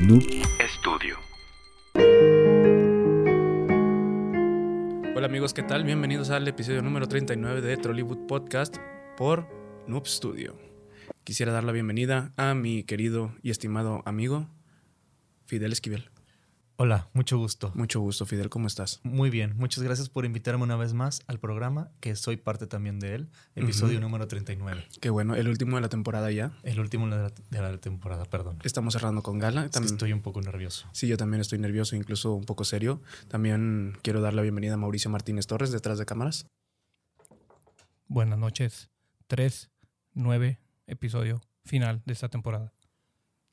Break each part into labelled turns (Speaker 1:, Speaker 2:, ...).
Speaker 1: Noob Studio.
Speaker 2: Hola amigos, ¿qué tal? Bienvenidos al episodio número 39 de Trollywood Podcast por Noob Studio. Quisiera dar la bienvenida a mi querido y estimado amigo Fidel Esquivel.
Speaker 3: Hola, mucho gusto.
Speaker 2: Mucho gusto, Fidel, ¿cómo estás?
Speaker 3: Muy bien, muchas gracias por invitarme una vez más al programa, que soy parte también de él, episodio
Speaker 2: Ujú.
Speaker 3: número 39.
Speaker 2: Qué bueno, el último de la temporada ya.
Speaker 3: El último de la, de la temporada, perdón. Es
Speaker 2: Estamos cerrando con gala.
Speaker 3: que
Speaker 2: También-
Speaker 3: estoy un poco nervioso.
Speaker 2: Sí, yo también estoy nervioso, incluso un poco serio. También quiero dar la bienvenida a Mauricio Martínez Torres detrás de cámaras.
Speaker 4: Buenas noches. 3, 9, episodio final de esta temporada.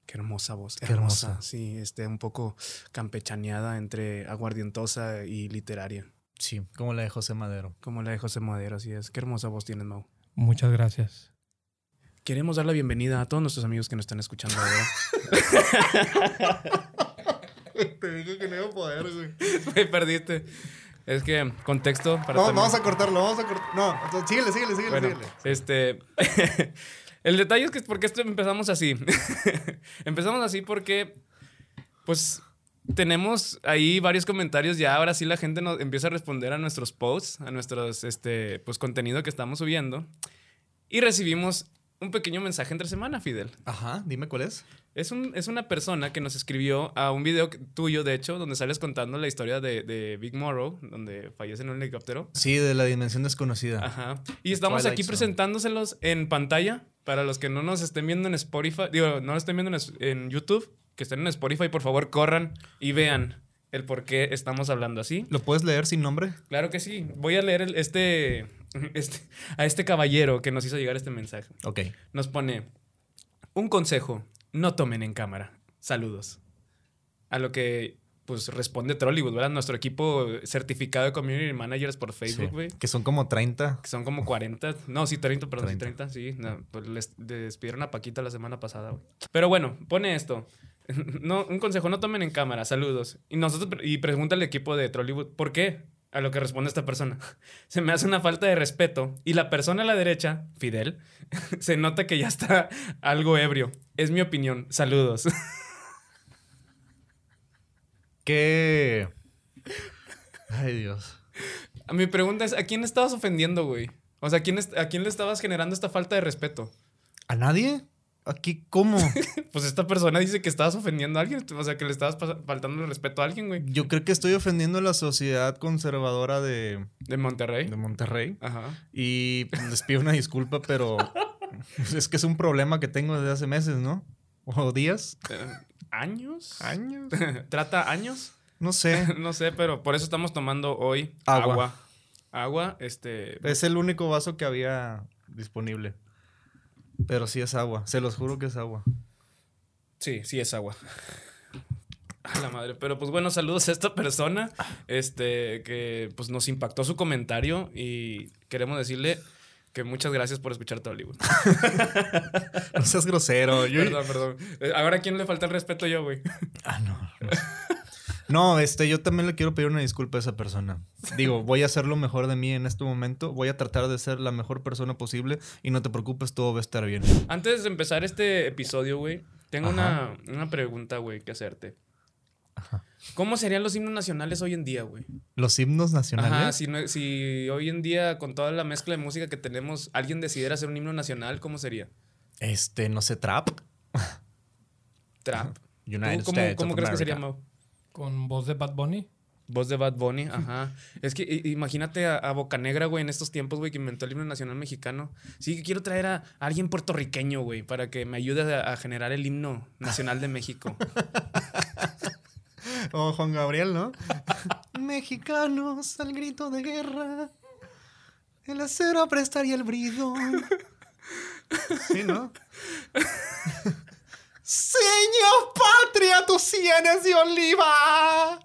Speaker 2: Qué hermosa voz.
Speaker 3: Qué hermosa.
Speaker 2: Sí, este, un poco campechaneada entre aguardientosa y literaria.
Speaker 3: Sí, como la de José Madero.
Speaker 2: Como la de José Madero, así es. Qué hermosa voz tienes, Mau.
Speaker 4: Muchas gracias.
Speaker 2: Queremos dar la bienvenida a todos nuestros amigos que nos están escuchando ahora.
Speaker 3: Te digo que no iba a poder, güey.
Speaker 2: Me perdiste. Es que, contexto para también-
Speaker 3: cortarlo, vamos a cortarlo. No, síguele, síguele, síguele,
Speaker 2: Bueno, este. el detalle es que porque esto empezamos así. empezamos así porque, pues, tenemos ahí varios comentarios. Ya ahora sí la gente nos empieza a responder a nuestros posts, a nuestros este, pues, contenido que estamos subiendo. Y recibimos un pequeño mensaje entre semana, Fidel.
Speaker 3: Ajá, dime cuál es.
Speaker 2: Es, un, es una persona que nos escribió a un video que- tuyo, de hecho, donde sales contando la historia de, de Big Morrow, donde fallece en un helicóptero.
Speaker 3: Sí, de la dimensión desconocida.
Speaker 2: Ajá. Y estamos
Speaker 3: Ah, Twilight
Speaker 2: aquí
Speaker 3: Zone.
Speaker 2: presentándoselos en pantalla para los que no nos estén viendo en Spotify, digo, no nos estén viendo en, es- en YouTube, que estén en Spotify, por favor, corran y vean el por qué estamos hablando así.
Speaker 3: ¿Lo puedes leer sin nombre?
Speaker 2: Claro que sí. Voy a leer el- este, este a este caballero que nos hizo llegar este mensaje.
Speaker 3: Ok.
Speaker 2: Nos pone un consejo, no tomen en cámara. Saludos. A lo que pues responde Trollywood, ¿verdad? Nuestro equipo certificado de community managers por Facebook,
Speaker 3: Sí,
Speaker 2: güey.
Speaker 3: Que son como 30.
Speaker 2: Que son como 40. No, sí, 30, perdón,
Speaker 3: 30.
Speaker 2: sí, 30. Sí, no, pues les les despidieron a Paquita la semana pasada, güey. Pero bueno, pone esto. No, un consejo, no tomen en cámara, saludos. Y nosotros pre- y pregunta al equipo de Trollywood, ¿por qué? A lo que responde esta persona. Se me hace una falta de respeto. Y la persona a la derecha, Fidel, se nota que ya está algo ebrio. Es mi opinión. Saludos.
Speaker 3: Que. Ay, Dios.
Speaker 2: Mi pregunta es: ¿a quién estabas ofendiendo, güey? O sea, ¿a quién, est- ¿a quién le estabas generando esta falta de respeto?
Speaker 3: ¿A nadie? ¿Aquí cómo?
Speaker 2: Pues esta persona dice que estabas ofendiendo a alguien, o sea, que le estabas pas- faltando el respeto a alguien, güey,
Speaker 3: Yo creo que estoy ofendiendo a la sociedad conservadora de,
Speaker 2: de Monterrey.
Speaker 3: de Monterrey.
Speaker 2: Ajá.
Speaker 3: Y pues, les pido una disculpa, pero pues, es que es un problema que tengo desde hace meses, ¿no? ¿O días?
Speaker 2: Eh, ¿Años?
Speaker 3: ¿Años?
Speaker 2: ¿Trata años?
Speaker 3: No sé.
Speaker 2: No sé, pero por eso estamos tomando hoy agua.
Speaker 3: Agua.
Speaker 2: Agua, este...
Speaker 3: Es el único vaso que había disponible. Pero sí es agua. Se los juro que es agua.
Speaker 2: Sí, sí es agua. A la madre. Pero pues bueno, saludos a esta persona, este, que pues nos impactó su comentario y queremos decirle que muchas gracias por escuchar Hollywood.
Speaker 3: No seas grosero. Yo-
Speaker 2: Perdón, perdón. Eh, Ahora, ¿a quién le falta el respeto yo, güey?
Speaker 3: Ah, no. no. No, este, yo también le quiero pedir una disculpa a esa persona. Digo, voy a hacer lo mejor de mí en este momento. Voy a tratar de ser la mejor persona posible y no te preocupes, todo va a estar bien.
Speaker 2: Antes de empezar este episodio, güey, tengo una,
Speaker 3: Ajá.
Speaker 2: una pregunta, güey, que hacerte.
Speaker 3: Ajá.
Speaker 2: ¿Cómo serían los himnos nacionales hoy en día, güey?
Speaker 3: Los himnos nacionales.
Speaker 2: Ajá, si, no- si hoy en día, con toda la mezcla de música que tenemos, alguien decidiera hacer un himno nacional, ¿cómo sería?
Speaker 3: Este, no sé, trap.
Speaker 2: Trap.
Speaker 3: United
Speaker 2: ¿Tú cómo,
Speaker 3: States
Speaker 2: cómo
Speaker 3: of
Speaker 2: crees que
Speaker 3: America.
Speaker 2: sería, Mau?
Speaker 4: Con voz de Bad Bunny.
Speaker 2: Voz de Bad Bunny, ajá. Es que i- imagínate a, a Bocanegra, güey, en estos tiempos, güey, que inventó el himno nacional mexicano. Sí, que quiero traer a alguien puertorriqueño, güey, para que me ayude a, a generar el himno nacional de México.
Speaker 3: O Juan Gabriel, ¿no? Mexicanos al grito de guerra. El acero aprestaría el brido. Sí, ¿no? Señor patria, tus sienes de oliva.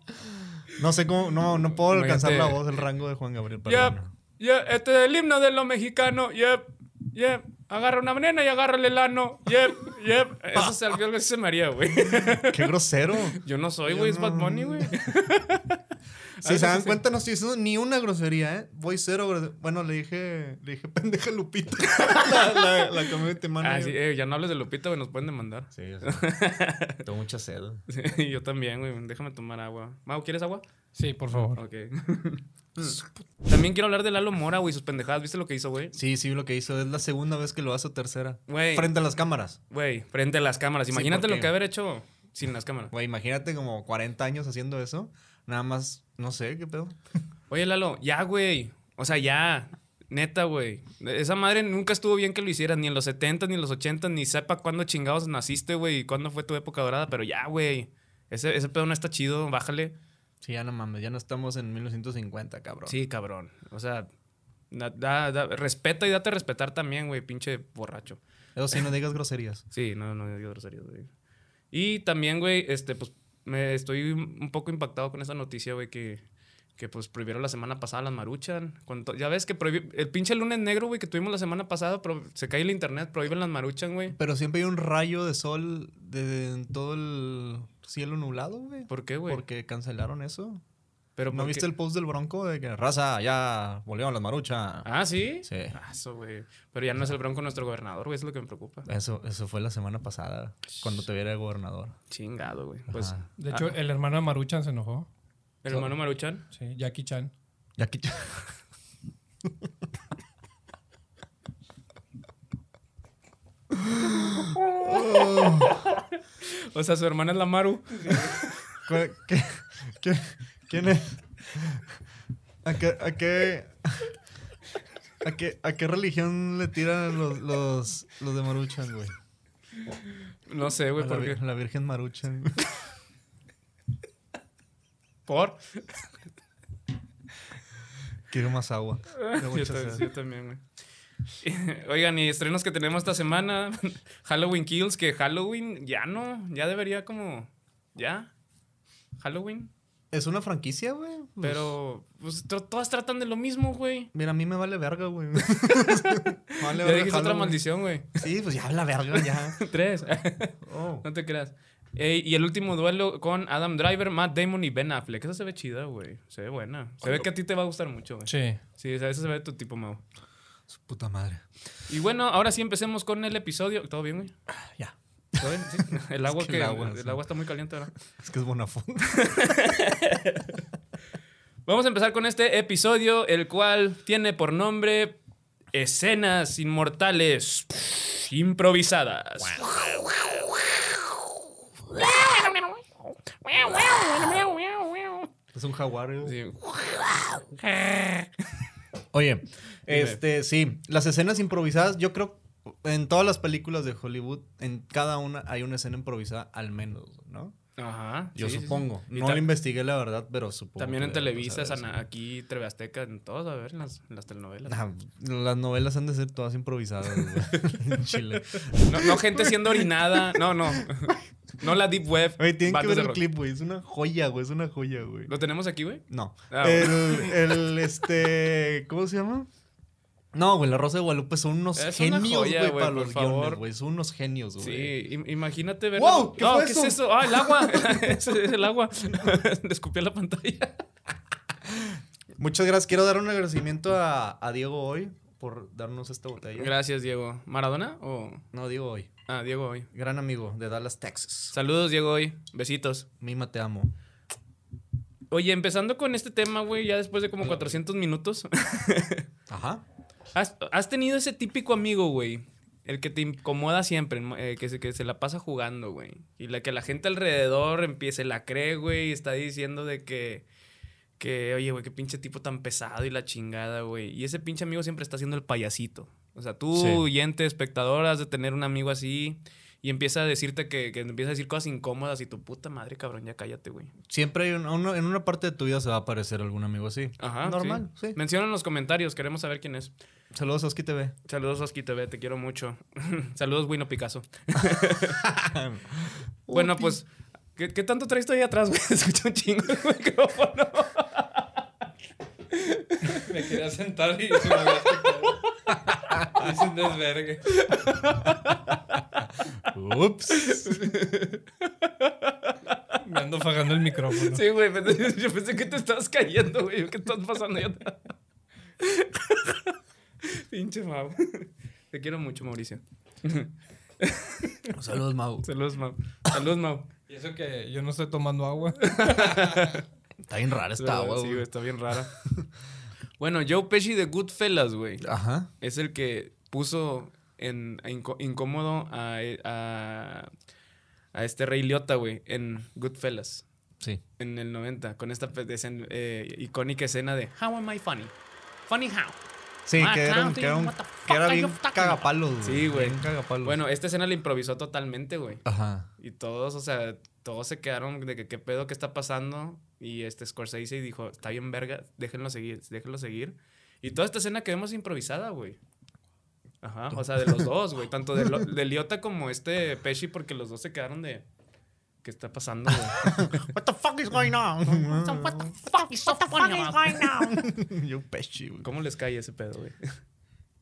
Speaker 3: No sé cómo, no, no puedo alcanzar la
Speaker 2: Imagínate.
Speaker 3: voz, el rango de Juan Gabriel.
Speaker 2: Ya,
Speaker 3: Perdón.
Speaker 2: ya, este es el himno de los mexicanos. Yep, yep. Agarra una nena y agárrale el ano. Yep, yep. Eso es algo que se me haría, güey.
Speaker 3: Qué grosero.
Speaker 2: Yo no soy,
Speaker 3: Yo
Speaker 2: güey, es
Speaker 3: no.
Speaker 2: Bad Bunny, güey.
Speaker 3: Si se
Speaker 2: Algo
Speaker 3: dan
Speaker 2: así.
Speaker 3: cuenta, no estoy diciendo ni una grosería, ¿eh? Voy cero grose- Bueno, le dije, le dije pendeja Lupita. la, la, la community
Speaker 2: Ah,
Speaker 3: manager.
Speaker 2: sí, eh, ya no hables de Lupita, güey, nos pueden demandar.
Speaker 3: Sí, yo sé. Tengo mucha sed.
Speaker 2: Sí, yo también, güey. Déjame tomar agua. Mau, ¿quieres agua?
Speaker 4: Sí, por favor.
Speaker 2: Ok. también quiero hablar de Lalo Mora, güey, sus pendejadas. ¿Viste lo que hizo, güey?
Speaker 3: Sí, sí, lo que hizo. Es la segunda vez que lo hace o tercera.
Speaker 2: Güey.
Speaker 3: Frente a las cámaras.
Speaker 2: Güey, frente a las cámaras.
Speaker 3: Sí,
Speaker 2: Imagínate lo
Speaker 3: porque-
Speaker 2: que haber hecho sin las cámaras.
Speaker 3: Güey, imagínate como 40 años haciendo eso. Nada más, no sé, qué pedo.
Speaker 2: Oye, Lalo, ya, güey. O sea, ya. Neta, güey. Esa madre nunca estuvo bien que lo hicieras, ni en los 70, ni en los 80, ni sepa cuándo chingados naciste, güey, y cuándo fue tu época dorada, pero ya, güey. Ese, ese pedo no está chido, bájale.
Speaker 3: Sí, ya no mames, ya no estamos en 1950, cabrón.
Speaker 2: Sí, cabrón. O sea, da- da- da- respeta y date a respetar también, güey, pinche borracho.
Speaker 3: Eso sí, no digas groserías.
Speaker 2: Sí, no, no digo groserías, güey. Y también, güey, este, pues, me estoy un poco impactado con esa noticia, güey, que, que pues prohibieron la semana pasada las maruchan. Con to- ya ves que prohibi- el pinche lunes negro, güey, que tuvimos la semana pasada, pro- se cae el internet, prohíben las maruchan, güey.
Speaker 3: Pero siempre hay un rayo de sol de, de- en todo el cielo nublado, güey.
Speaker 2: ¿Por qué, güey?
Speaker 3: Porque cancelaron eso.
Speaker 2: Pero
Speaker 3: ¿No
Speaker 2: porque-
Speaker 3: viste el post del Bronco de que raza, ya volvieron las maruchas?
Speaker 2: Ah, ¿sí?
Speaker 3: Sí.
Speaker 2: Ah, eso, güey. Pero ya no es el bronco nuestro gobernador, güey, es lo que me preocupa.
Speaker 3: Eso, eso fue la semana pasada, cuando te viera el gobernador.
Speaker 2: Chingado, güey. Pues,
Speaker 3: Ajá.
Speaker 4: De hecho,
Speaker 2: ah,
Speaker 4: el hermano de Maruchan se enojó.
Speaker 2: el hermano maruchan.
Speaker 4: Sí, Jackie Chan.
Speaker 3: Ya que
Speaker 2: O sea, su hermana es la Maru.
Speaker 3: ¿Qué, qué, qué- quién es? ¿A qué, a qué, a qué, a qué religión le tiran los, los, los de Maruchan, güey?
Speaker 2: No sé, güey,
Speaker 3: A la,
Speaker 2: porque...
Speaker 3: vir- la Virgen Maruchan. güey.
Speaker 2: ¿Por?
Speaker 3: Quiero más agua.
Speaker 2: Yo,
Speaker 3: Tengo mucha
Speaker 2: ta-
Speaker 3: sed.
Speaker 2: yo también, güey. Oigan, y estrenos que tenemos esta semana. Halloween Kills, que Halloween ya no, ya debería como. Ya. Halloween.
Speaker 3: Es una franquicia, güey. Pues,
Speaker 2: Pero pues, tro- todas tratan de lo mismo, güey.
Speaker 3: Mira, a mí me vale verga, güey. Me vale
Speaker 2: Ya
Speaker 3: verga
Speaker 2: dijiste otra
Speaker 3: Halloween.
Speaker 2: maldición, güey.
Speaker 3: Sí, pues ya habla verga, ya.
Speaker 2: Tres.
Speaker 3: Oh.
Speaker 2: no te creas. Ey, y el último duelo con Adam Driver, Matt Damon y Ben Affleck. Esa se ve chida, güey. Se ve buena. Se ve que a ti te va a gustar mucho, güey.
Speaker 4: Sí.
Speaker 2: Sí, o sea, esa se ve de tu tipo, Mau.
Speaker 3: Su puta madre.
Speaker 2: Y bueno, ahora sí empecemos con el episodio. ¿Todo bien, güey?
Speaker 3: Ya.
Speaker 2: ¿Todo bien? Sí. El agua,
Speaker 3: que
Speaker 2: que,
Speaker 3: el agua,
Speaker 2: el
Speaker 3: sí.
Speaker 2: agua está muy caliente ahora.
Speaker 3: Es que es Bonafont.
Speaker 2: Vamos a empezar con este episodio, el cual tiene por nombre Escenas Inmortales Improvisadas.
Speaker 3: Es un jaguar. güey.
Speaker 2: Sí.
Speaker 3: Oye, este, sí, las escenas improvisadas, yo creo en todas las películas de Hollywood, en cada una hay una escena improvisada al menos, ¿no?
Speaker 2: Ajá.
Speaker 3: Yo
Speaker 2: sí, sí,
Speaker 3: supongo.
Speaker 2: sí. Y
Speaker 3: No
Speaker 2: ta-
Speaker 3: lo investigué, la verdad, pero supongo.
Speaker 2: También
Speaker 3: que
Speaker 2: en
Speaker 3: debe
Speaker 2: Televisa,
Speaker 3: pasar
Speaker 2: Sana-
Speaker 3: eso.
Speaker 2: aquí, TV Azteca, en todos, a ver, en las, en las telenovelas.
Speaker 3: Nah, Ah, las novelas han de ser todas improvisadas, güey, en Chile.
Speaker 2: No, no gente siendo orinada, no, no. No la Deep Web.
Speaker 3: Oye, tienen que
Speaker 2: bandas
Speaker 3: ver
Speaker 2: de
Speaker 3: el
Speaker 2: rock.
Speaker 3: clip, güey. Es una joya, güey. Es una joya, güey.
Speaker 2: ¿Lo tenemos aquí, güey?
Speaker 3: No.
Speaker 2: Ah,
Speaker 3: el, el, este, ¿cómo se llama? No, güey, La Rosa de Guadalupe son unos
Speaker 2: Es una
Speaker 3: genios, güey,
Speaker 2: joya,
Speaker 3: para
Speaker 2: güey, por
Speaker 3: los
Speaker 2: favor.
Speaker 3: guiones, güey. Son unos genios, güey.
Speaker 2: Sí, im- imagínate ver.
Speaker 3: ¡Wow! ¿Qué
Speaker 2: No,
Speaker 3: fue
Speaker 2: ¿qué
Speaker 3: eso?
Speaker 2: es eso? ¡Ah, el agua! es, es el agua. Le escupí a la pantalla.
Speaker 3: Muchas gracias. Quiero dar un agradecimiento a, a Diego hoy por darnos esta botella.
Speaker 2: Gracias, Diego. ¿Maradona o.?
Speaker 3: no, Diego hoy.
Speaker 2: Ah, Diego hoy.
Speaker 3: Gran amigo de Dallas, Texas.
Speaker 2: Saludos, Diego hoy. Besitos.
Speaker 3: Mima, te amo.
Speaker 2: Oye, empezando con este tema, güey, ya después de como 400 minutos.
Speaker 3: Ajá.
Speaker 2: ¿Has, has tenido ese típico amigo, güey? El que te incomoda siempre, eh, que, se, que se la pasa jugando, güey. Y la que la gente alrededor empiece, la cree, güey, y está diciendo de que, que oye, güey, qué pinche tipo tan pesado y la chingada, güey. Y ese pinche amigo siempre está haciendo el payasito. O sea, tú,
Speaker 3: Sí.
Speaker 2: oyente, espectador, has de tener un amigo así y empieza a decirte que, que empieza a decir cosas incómodas y tu puta madre, cabrón, ya cállate, güey.
Speaker 3: Siempre hay un- uno- en una parte de tu vida se va a aparecer algún amigo así.
Speaker 2: Ajá.
Speaker 3: Normal, sí.
Speaker 2: Menciona en los comentarios, queremos saber quién es.
Speaker 3: Saludos a Oski TV.
Speaker 2: Saludos, Oski TV, te quiero mucho. Saludos, Wino Picasso. Bueno, pues, ¿qué, qué tanto traes tú ahí atrás, güey? Se escucha un chingo el micrófono.
Speaker 1: Me quería sentar y se me había quitado. Es un desvergue.
Speaker 3: Ups.
Speaker 1: Me han fajando.
Speaker 4: Apagando el micrófono.
Speaker 2: Sí, güey, pensé- yo pensé que te estabas cayendo, güey. ¿Qué estás pasando? Yo- Pinche Mau. Te quiero mucho, Mauricio.
Speaker 3: Saludos, Mau.
Speaker 2: Saludos, Mau. Saludos, Mau.
Speaker 4: Y eso que yo no estoy tomando agua.
Speaker 3: Está bien rara esta
Speaker 2: Verdad,
Speaker 3: agua,
Speaker 2: Sí,
Speaker 3: güey.
Speaker 2: güey, está bien rara. bueno, Joe Pesci de Goodfellas, güey.
Speaker 3: Ajá.
Speaker 2: Es el que puso en, a inco- incómodo a, e, a, a este Rey Liotta, güey, en Goodfellas.
Speaker 3: Sí.
Speaker 2: en el 90 con esta pe- escen- eh, icónica escena de How am I funny? Funny how.
Speaker 3: Sí,
Speaker 2: Ah,
Speaker 3: que era,
Speaker 2: claro,
Speaker 3: un- que era, un-
Speaker 2: what the fuck
Speaker 3: que era
Speaker 2: are you
Speaker 3: bien
Speaker 2: talking about?
Speaker 3: cagapalos, güey.
Speaker 2: Sí, güey.
Speaker 3: Bien cagapalos.
Speaker 2: Bueno, esta escena la improvisó totalmente, güey.
Speaker 3: Ajá.
Speaker 2: Y todos, o sea, todos se quedaron de que qué pedo que está pasando y este Scorsese dijo, "Está bien verga, déjenlo seguir, déjenlo seguir." Y toda esta escena que vemos improvisada, güey. Ajá, o sea, de los dos, güey, tanto de, lo- de Liotta como este Pesci porque los dos se quedaron de ¿Qué está pasando, güey?
Speaker 3: What the fuck is going on?
Speaker 5: So what the fuck is so funny right now?
Speaker 3: Yo pechi, güey.
Speaker 2: ¿Cómo les cae ese pedo, güey?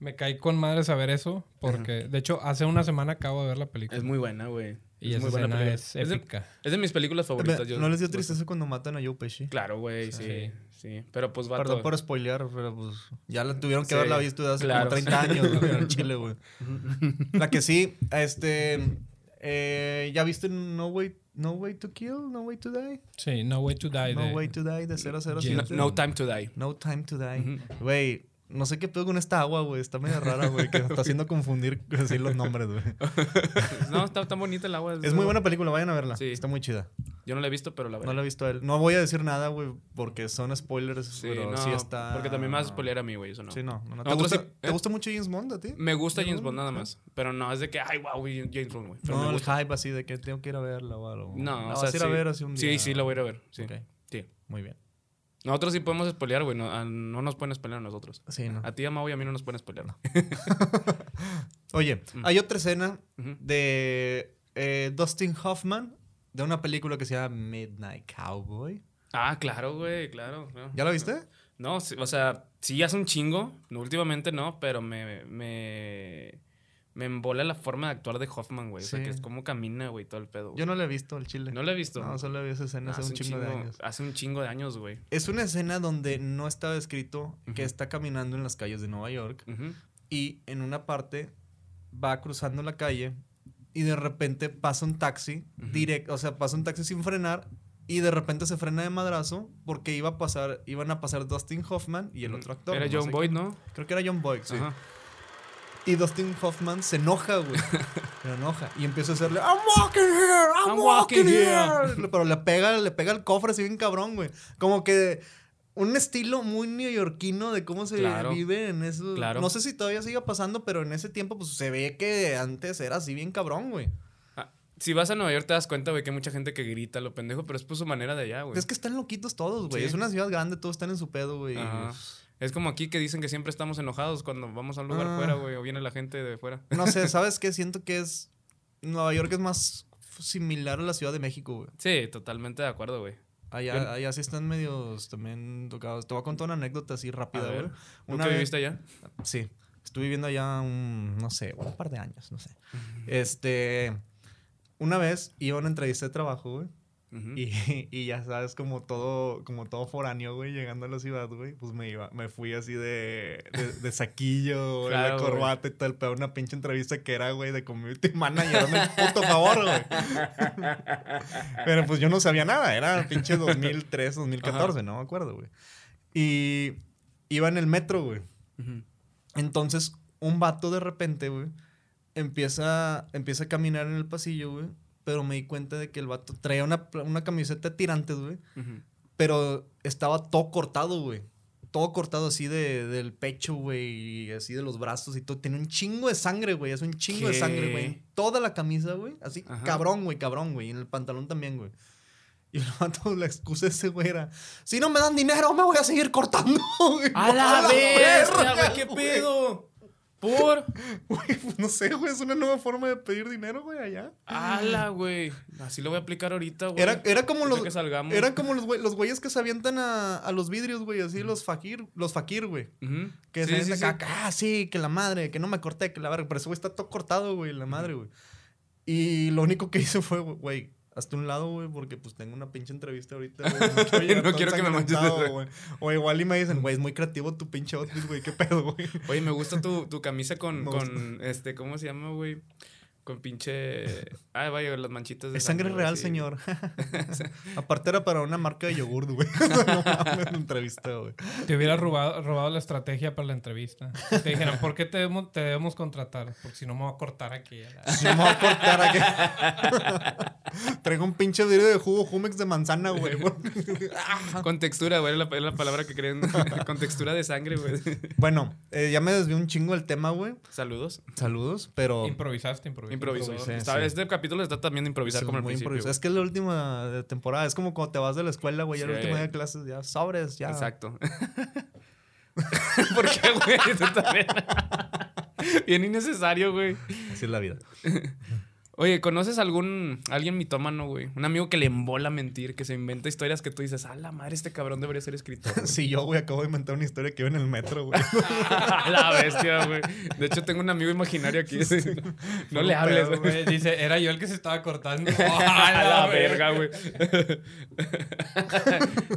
Speaker 4: Me caí con madre saber eso, porque de hecho hace una semana acabo de ver la película.
Speaker 2: Es muy buena, güey.
Speaker 4: y
Speaker 2: es
Speaker 4: esa
Speaker 2: muy buena
Speaker 4: escena
Speaker 2: película.
Speaker 4: es
Speaker 2: Es de-
Speaker 4: épica.
Speaker 2: Es de mis películas favoritas. yo-
Speaker 3: ¿No les dio tristeza cuando matan a Joe Pesci?
Speaker 2: Claro, güey, sí,
Speaker 4: Sí.
Speaker 2: sí. Pero pues va
Speaker 3: Perdón por spoilear, pero pues ya la tuvieron que
Speaker 2: Sí,
Speaker 3: haberla visto de hace
Speaker 2: claro.
Speaker 3: como 30 años güey, en Chile, güey. La que sí, este. eh, ¿Ya viste No Way, no Way to Kill? No Way to Die?
Speaker 4: Sí, No Way to Die.
Speaker 3: no
Speaker 4: de-
Speaker 3: Way to Die de
Speaker 2: No,
Speaker 3: 007.
Speaker 2: No Time to Die.
Speaker 3: No Time to Die.
Speaker 2: Ujú.
Speaker 3: Güey, no sé qué pedo con esta agua, güey. Está media rara, güey. Que me está haciendo confundir así los nombres, güey.
Speaker 2: No, está tan bonita el agua.
Speaker 3: Es muy buena película, vayan a verla.
Speaker 2: Sí.
Speaker 3: Está muy chida.
Speaker 2: Yo no la he visto, pero la veré.
Speaker 3: No la he visto a él. No voy a decir nada, güey, porque son spoilers,
Speaker 2: Sí,
Speaker 3: pero
Speaker 2: no,
Speaker 3: sí está.
Speaker 2: Porque también me vas a spoilear a mí, güey, eso no.
Speaker 3: Sí, no. no, no. ¿Te,
Speaker 2: Nosotros
Speaker 3: gusta,
Speaker 2: sí-
Speaker 3: te
Speaker 2: ¿eh?
Speaker 3: gusta mucho James Bond a ti?
Speaker 2: Me gusta James
Speaker 3: No,
Speaker 2: Bond nada más. Pero no, es de que, ay, wow, James Bond, güey. Pero
Speaker 3: No,
Speaker 2: me
Speaker 3: el
Speaker 2: gusta.
Speaker 3: hype así de que tengo que ir a verla o algo.
Speaker 2: No,
Speaker 3: La
Speaker 2: o sea,
Speaker 3: vas a ir a
Speaker 2: sí.
Speaker 3: ver así un día.
Speaker 2: Sí, sí, la voy a ir a ver. Sí.
Speaker 3: Ok,
Speaker 2: sí.
Speaker 3: muy bien.
Speaker 2: Nosotros sí podemos spoilear, güey. No, a- no nos pueden spoilear a nosotros.
Speaker 3: Sí, no.
Speaker 2: A ti, a Mau y a mí no nos pueden spoilear.
Speaker 3: Oye,
Speaker 2: Mm.
Speaker 3: hay otra escena
Speaker 2: Ujú.
Speaker 3: de eh, Dustin Hoffman de una película que se llama Midnight Cowboy.
Speaker 2: Ah, claro, güey, claro. claro.
Speaker 3: ¿Ya la viste?
Speaker 2: No, sí, o sea, sí hace un chingo. Últimamente no, pero me. me... Me embola la forma de actuar de Hoffman, güey. O sea,
Speaker 3: Sí.
Speaker 2: que es como camina, güey, todo el pedo. güey.
Speaker 3: Yo no la he visto al chile.
Speaker 2: No la he visto.
Speaker 3: No, solo vi esa escena hace un chingo de años.
Speaker 2: Hace un chingo de años, güey.
Speaker 3: Es una escena donde no estaba escrito
Speaker 2: Ujú.
Speaker 3: que está caminando en las calles de Nueva York
Speaker 2: Ujú.
Speaker 3: y en una parte va cruzando la calle y de repente pasa un taxi
Speaker 2: Ujú.
Speaker 3: directo, o sea, pasa un taxi sin frenar y de repente se frena de madrazo porque iba a pasar, iban a pasar Dustin Hoffman y el otro actor.
Speaker 2: Era
Speaker 3: no
Speaker 2: John
Speaker 3: sé
Speaker 2: Boyd,
Speaker 3: quién.
Speaker 2: ¿no?
Speaker 3: Creo que era John Boyd, sí.
Speaker 2: Ajá.
Speaker 3: Y Dustin Hoffman se enoja, güey. Se enoja. Y empieza a hacerle, I'm walking here, I'm, walking, here. Pero le pega, le pega el cofre así bien cabrón, güey. Como que un estilo muy neoyorquino de cómo se
Speaker 2: Claro.
Speaker 3: vive en eso.
Speaker 2: Claro.
Speaker 3: No sé si todavía siga pasando, pero en ese tiempo pues se ve que antes era así bien cabrón, güey.
Speaker 2: Ah, si vas a Nueva York te das cuenta, güey, que hay mucha gente que grita lo pendejo, pero es por su manera de allá, güey.
Speaker 3: Es que están loquitos todos, güey.
Speaker 2: Sí.
Speaker 3: Es una ciudad grande, todos están en su pedo, güey.
Speaker 2: Ajá. Es como aquí que dicen que siempre estamos enojados cuando vamos a un lugar
Speaker 3: Ah.
Speaker 2: fuera, güey, o viene la gente de fuera.
Speaker 3: No sé, ¿sabes qué? Siento que es Nueva York es más similar a la Ciudad de México, güey.
Speaker 2: Sí, totalmente de acuerdo, güey.
Speaker 3: Allá,
Speaker 2: Yo-
Speaker 3: allá sí están medios también tocados. Te voy a contar una anécdota así
Speaker 2: A
Speaker 3: rápida,
Speaker 2: ver,
Speaker 3: güey. Una
Speaker 2: ¿Nunca
Speaker 3: vez-
Speaker 2: viviste allá?
Speaker 3: Sí. Estuve viviendo allá un, no sé, un par de años, no sé. Este, una vez iba a una entrevista de trabajo, güey.
Speaker 2: Ujú.
Speaker 3: Y, y ya sabes, como todo, como todo foráneo, güey, llegando a la ciudad, güey, pues me iba, me fui así de, de, de saquillo, güey,
Speaker 2: Claro,
Speaker 3: de
Speaker 2: güey.
Speaker 3: corbata y tal, pero una pinche entrevista que era, güey, de community manager, hazme el puto favor, güey. pero pues yo no sabía nada, era pinche 2003, 2014, no me acuerdo, güey. Y iba en el metro, güey.
Speaker 2: Ujú.
Speaker 3: Entonces, un vato de repente, güey, empieza, empieza a caminar en el pasillo, güey. Pero me di cuenta de que el vato traía una, pla- una camiseta de tirantes, güey.
Speaker 2: Ujú.
Speaker 3: Pero estaba todo cortado, güey. Todo cortado así de, del pecho, güey. Y así de los brazos y todo. Tenía un chingo de sangre, güey. Es un chingo de
Speaker 2: ¿Qué?
Speaker 3: sangre, güey. en Toda la camisa, güey. Así,
Speaker 2: Ajá.
Speaker 3: cabrón, güey, cabrón, güey. Y en el pantalón también, güey. Y el vato, la excusa de ese güey era: Si no me dan dinero, me voy a seguir cortando, güey.
Speaker 2: ¡A la bestia,
Speaker 3: verga,
Speaker 2: güey! ¡Qué
Speaker 3: güey.
Speaker 2: pedo! ¡Por!
Speaker 3: Güey, pues, no sé, güey, es una nueva forma de pedir dinero, güey, allá.
Speaker 2: ¡Hala, güey! Así lo voy a aplicar ahorita, güey.
Speaker 3: Era, era como
Speaker 2: Ahorita
Speaker 3: los
Speaker 2: que salgamos.
Speaker 3: era como los güey- los güeyes que se avientan a, a los vidrios, güey, así los fakir, los fakir, güey.
Speaker 2: Ujú.
Speaker 3: Que
Speaker 2: Sí,
Speaker 3: se
Speaker 2: sí,
Speaker 3: avientan
Speaker 2: sí.
Speaker 3: acá, ah, sí, que la madre, que no me corté, que la verga, pero ese güey está todo cortado, güey, la madre, güey. Y lo único que hizo fue, güey, hazte un lado, güey, porque pues tengo una pinche entrevista ahorita. güey, No quiero, llegar
Speaker 2: No
Speaker 3: tan
Speaker 2: quiero que me manches de
Speaker 3: sangrentado,
Speaker 2: sangre.
Speaker 3: güey. O igual y me dicen, güey, es muy creativo tu pinche outfit, güey, qué pedo, güey.
Speaker 2: Oye, me gusta tu, tu camisa con,
Speaker 3: Me
Speaker 2: con este, ¿cómo se llama, güey? Con pinche. Ah, vaya, las manchitas de
Speaker 3: Es sangre
Speaker 2: güey,
Speaker 3: real,
Speaker 2: sí.
Speaker 3: señor. Aparte era para una marca de yogur, güey. O sea, no mames, la entrevista, güey.
Speaker 4: Te hubiera robado, robado la estrategia para la entrevista. Te dijeron, ¿por qué te debemos, te debemos contratar? Porque si no me va a cortar aquí. a la-
Speaker 3: Sí, me voy a cortar aquí. Traigo un pinche vidrio de jugo Jumex de manzana, güey.
Speaker 2: Con textura, güey, era la, era la palabra que creen. con textura de sangre, güey.
Speaker 3: bueno, eh, ya me desvié un chingo del tema, güey.
Speaker 2: Saludos.
Speaker 3: Saludos, pero...
Speaker 4: Improvisaste, improvisaste.
Speaker 2: Oh. Improvisó.
Speaker 3: improvisé,
Speaker 2: Está-
Speaker 3: sí.
Speaker 2: Este capítulo está también de improvisar
Speaker 3: Sí,
Speaker 2: como el
Speaker 3: muy
Speaker 2: principio.
Speaker 3: improvisado. Es que es la última de temporada. Es como cuando te vas de la escuela, güey. Ya el
Speaker 2: Sí.
Speaker 3: último día de clases, ya sobres, ya.
Speaker 2: Exacto. ¿Por qué, güey? Tú también. Bien innecesario, güey.
Speaker 3: Así es la vida.
Speaker 2: Oye, ¿conoces algún alguien mitómano, güey? Un amigo que le embola mentir, que se inventa historias que tú dices, a la madre, este cabrón debería ser escritor. güey".
Speaker 3: Sí, yo, güey, acabo de inventar una historia que iba en el metro, güey.
Speaker 2: A la bestia, güey. De hecho, tengo un amigo imaginario aquí. No, le
Speaker 3: un
Speaker 2: hables,
Speaker 3: pedo,
Speaker 2: güey.
Speaker 4: Güey, dice, era yo el que se estaba cortando.
Speaker 2: A
Speaker 4: ¡Ah,
Speaker 2: la
Speaker 4: güey!
Speaker 2: verga, güey.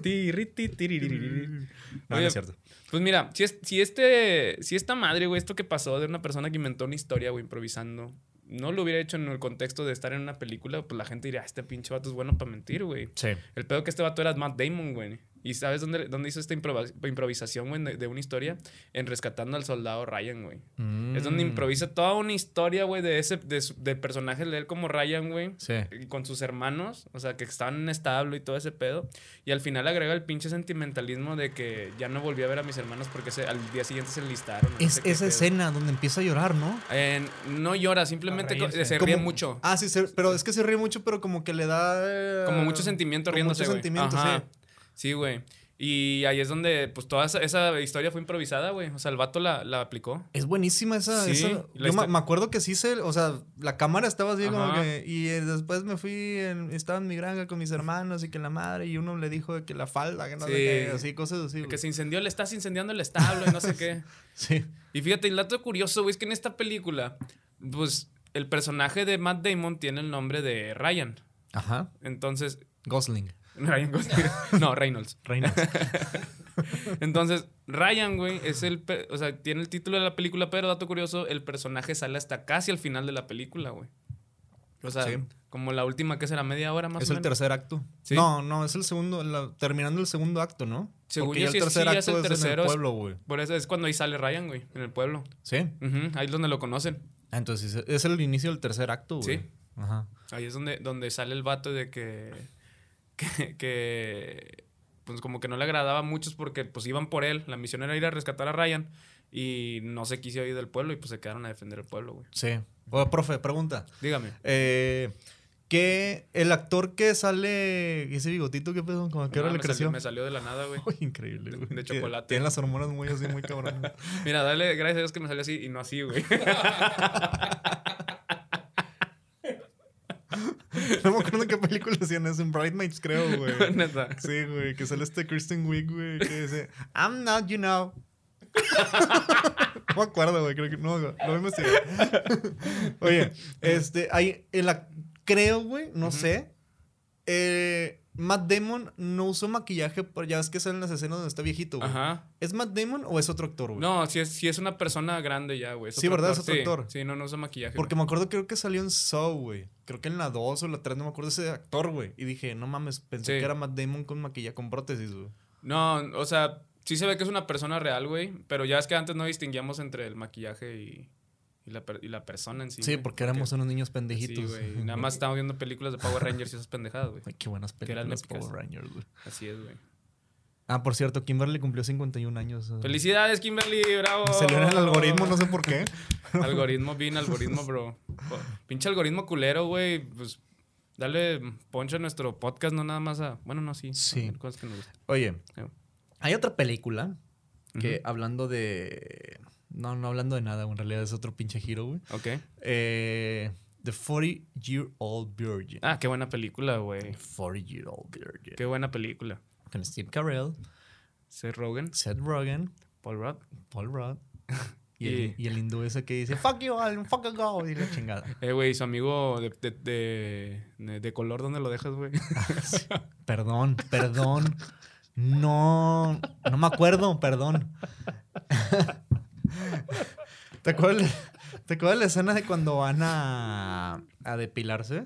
Speaker 2: Tirri, ti,
Speaker 3: Mm.
Speaker 2: tiririririri.
Speaker 3: No, no
Speaker 2: Oye,
Speaker 3: es cierto.
Speaker 2: Pues mira, si, es- si este, si esta madre, güey, esto que pasó de una persona que inventó una historia, güey, improvisando, no lo hubiera hecho en el contexto de estar en una película, pues la gente diría, "Ah, este pinche vato es bueno para mentir, güey.
Speaker 3: Sí.
Speaker 2: El pedo que este vato era Matt Damon, güey. ¿Y sabes dónde, dónde hizo esta improva- improvisación, güey, de, de una historia? En Rescatando al Soldado Ryan, güey.
Speaker 4: Mm.
Speaker 2: Es
Speaker 3: Mm.
Speaker 2: donde improvisa toda una historia, güey, de ese de, su- de personajes de él como Ryan, güey.
Speaker 3: Sí.
Speaker 2: y Con sus hermanos, o sea, que estaban en un establo y todo ese pedo. Y al final agrega el pinche sentimentalismo de que ya no volví a ver a mis hermanos porque se- al día siguiente se listaron. o no
Speaker 3: Es
Speaker 2: sé qué
Speaker 3: esa
Speaker 2: pedo.
Speaker 3: escena donde empieza a llorar, ¿no?
Speaker 2: Eh, no llora, simplemente
Speaker 4: A
Speaker 2: co-
Speaker 4: reírse.
Speaker 2: se ríe
Speaker 3: Como-
Speaker 2: mucho.
Speaker 3: Ah, sí, se- pero es que se ríe mucho, pero como que le da. eh,
Speaker 2: Como mucho sentimiento
Speaker 3: como
Speaker 2: riéndose,
Speaker 3: Mucho
Speaker 2: güey.
Speaker 3: sentimiento,
Speaker 2: Ajá.
Speaker 3: sí.
Speaker 2: Sí, güey. Y ahí es donde, pues, toda esa, esa historia fue improvisada, güey. O sea, el vato la, la aplicó.
Speaker 3: Es buenísima esa.
Speaker 2: Sí,
Speaker 3: esa-
Speaker 2: la
Speaker 3: Yo
Speaker 2: histo-
Speaker 3: me, me acuerdo que sí se. O sea, la cámara estaba así como
Speaker 2: Ajá.
Speaker 3: que. Y eh, después me fui. en- estaba en mi granja con mis hermanos y que la madre. Y uno le dijo de que la falda, que no sé
Speaker 2: Sí.
Speaker 3: qué. Así, cosas así. güey.
Speaker 2: Que se incendió, le estás incendiando el establo y no sé qué.
Speaker 3: Sí.
Speaker 2: Y fíjate, el dato curioso, güey, es que en esta película, pues, el personaje de Matt Damon tiene el nombre de Ryan.
Speaker 3: Ajá.
Speaker 2: Entonces,
Speaker 3: Gosling.
Speaker 2: Ryan Gosling. No, Reynolds.
Speaker 3: Reina.
Speaker 2: Entonces, Ryan, güey, es el. pe- O sea, tiene el título de la película, pero dato curioso, el personaje sale hasta casi al final de la película, güey. O sea,
Speaker 3: Sí.
Speaker 2: como la última que será media hora más
Speaker 3: es
Speaker 2: o
Speaker 3: el
Speaker 2: menos.
Speaker 3: tercer acto.
Speaker 2: Sí.
Speaker 3: No, no, es el segundo. la- terminando el segundo acto, ¿no?
Speaker 2: Según
Speaker 3: Porque
Speaker 2: yo,
Speaker 3: ya el
Speaker 2: sí es-
Speaker 3: tercer
Speaker 2: sí, ya
Speaker 3: acto
Speaker 2: es el tercero,
Speaker 3: en
Speaker 2: es-
Speaker 3: el pueblo, güey.
Speaker 2: Por eso es cuando ahí sale Ryan, güey, en el pueblo.
Speaker 3: Sí.
Speaker 2: Ujú, ahí es donde lo conocen.
Speaker 3: Ah, Entonces, es- es el inicio del tercer acto, güey.
Speaker 2: Sí.
Speaker 3: Ajá.
Speaker 2: Ahí es donde, donde sale el vato de que, que, que, pues como que no le agradaba a muchos porque pues iban por él. La misión era ir a rescatar a Ryan y no se quiso ir del pueblo y pues se quedaron a defender el pueblo, güey.
Speaker 3: Sí. Oye, profe, pregunta.
Speaker 2: Dígame.
Speaker 3: Eh, que el actor que sale. Ese bigotito, ¿qué pedo? ¿Cómo a qué hora
Speaker 2: Ah,
Speaker 3: le
Speaker 2: me, salió,
Speaker 3: creció?
Speaker 2: me salió de la nada, güey.
Speaker 3: Uy, increíble, güey.
Speaker 2: De- de
Speaker 3: Tiene-
Speaker 2: chocolate.
Speaker 3: Tiene las hormonas muy así, muy cabrón.
Speaker 2: Mira, dale gracias a Dios que me salió así y no así, güey.
Speaker 3: no me acuerdo en qué película hacían eso. En Bridemates, creo, güey.
Speaker 2: Neta.
Speaker 3: Sí, güey. Que sale este Kristen Wiig, güey. Que dice, I'm not, you know. no me acuerdo, güey. Creo que no, no lo investigué. Oye, este, hay, el, ac- creo, güey, no sé. eh, Matt Damon no usó maquillaje, pero ya ves que salen las escenas donde está viejito, güey.
Speaker 2: Ajá.
Speaker 3: ¿Es Matt Damon o es otro actor, güey?
Speaker 2: No, si es, si es una persona grande ya, güey.
Speaker 3: Sí, ¿verdad? Es otro
Speaker 2: sí.
Speaker 3: actor.
Speaker 2: Sí, no, no usa maquillaje.
Speaker 3: Porque
Speaker 2: güey.
Speaker 3: me acuerdo, creo que salió en Saw, güey. Creo que en la 2 o la 3, no me acuerdo ese actor, güey. Y dije, no mames, pensé
Speaker 2: Sí.
Speaker 3: que era Matt Damon con maquillaje, con prótesis, güey.
Speaker 2: No, o sea, sí se ve que es una persona real, güey. Pero ya es que antes no distinguíamos entre el maquillaje y, y la, per- y la persona en sí.
Speaker 3: Sí,
Speaker 2: güey.
Speaker 3: porque éramos unos niños
Speaker 2: Sí,
Speaker 3: pendejitos.
Speaker 2: güey. Nada más estábamos viendo películas de Power Rangers y esas pendejadas, güey.
Speaker 3: Ay, qué buenas
Speaker 2: Que eran
Speaker 3: películas
Speaker 2: épicas.
Speaker 3: Power Rangers, güey.
Speaker 2: Así es, güey.
Speaker 3: Ah, por cierto, Kimberly cumplió 51 años. eh.
Speaker 2: ¡Felicidades, Kimberly! ¡Bravo!
Speaker 3: Se le dio en el algoritmo, no sé por qué.
Speaker 2: Algoritmo bin, algoritmo bro. Po- Pinche algoritmo culero, güey. Pues dale poncho a nuestro podcast, no nada más a. Bueno, no, sí.
Speaker 3: Sí.
Speaker 2: Hay cosas que nos gustan.
Speaker 3: Oye,
Speaker 2: Eh.
Speaker 3: hay otra película que
Speaker 2: Ujú.
Speaker 3: hablando de... No, no hablando de nada, güey, en realidad es otro pinche giro, güey.
Speaker 2: Ok.
Speaker 3: Eh, The 40-Year-Old Virgin.
Speaker 2: Ah, qué buena película, güey.
Speaker 3: 40-Year-Old Virgin.
Speaker 2: Qué buena película.
Speaker 3: Con Steve Carell,
Speaker 2: Seth Rogen,
Speaker 3: Seth Rogen,
Speaker 2: Paul Rudd.
Speaker 3: Paul Rudd Y, el, y el hindú ese que dice, fuck you, I'll fucking go. Y la chingada.
Speaker 2: Eh, güey, su amigo de, de, de- de- de color, ¿dónde lo dejas, güey?
Speaker 3: Perdón, perdón. No, no me acuerdo, perdón. ¿Te acuerdas, ¿Te acuerdas la escena de cuando van a, a depilarse?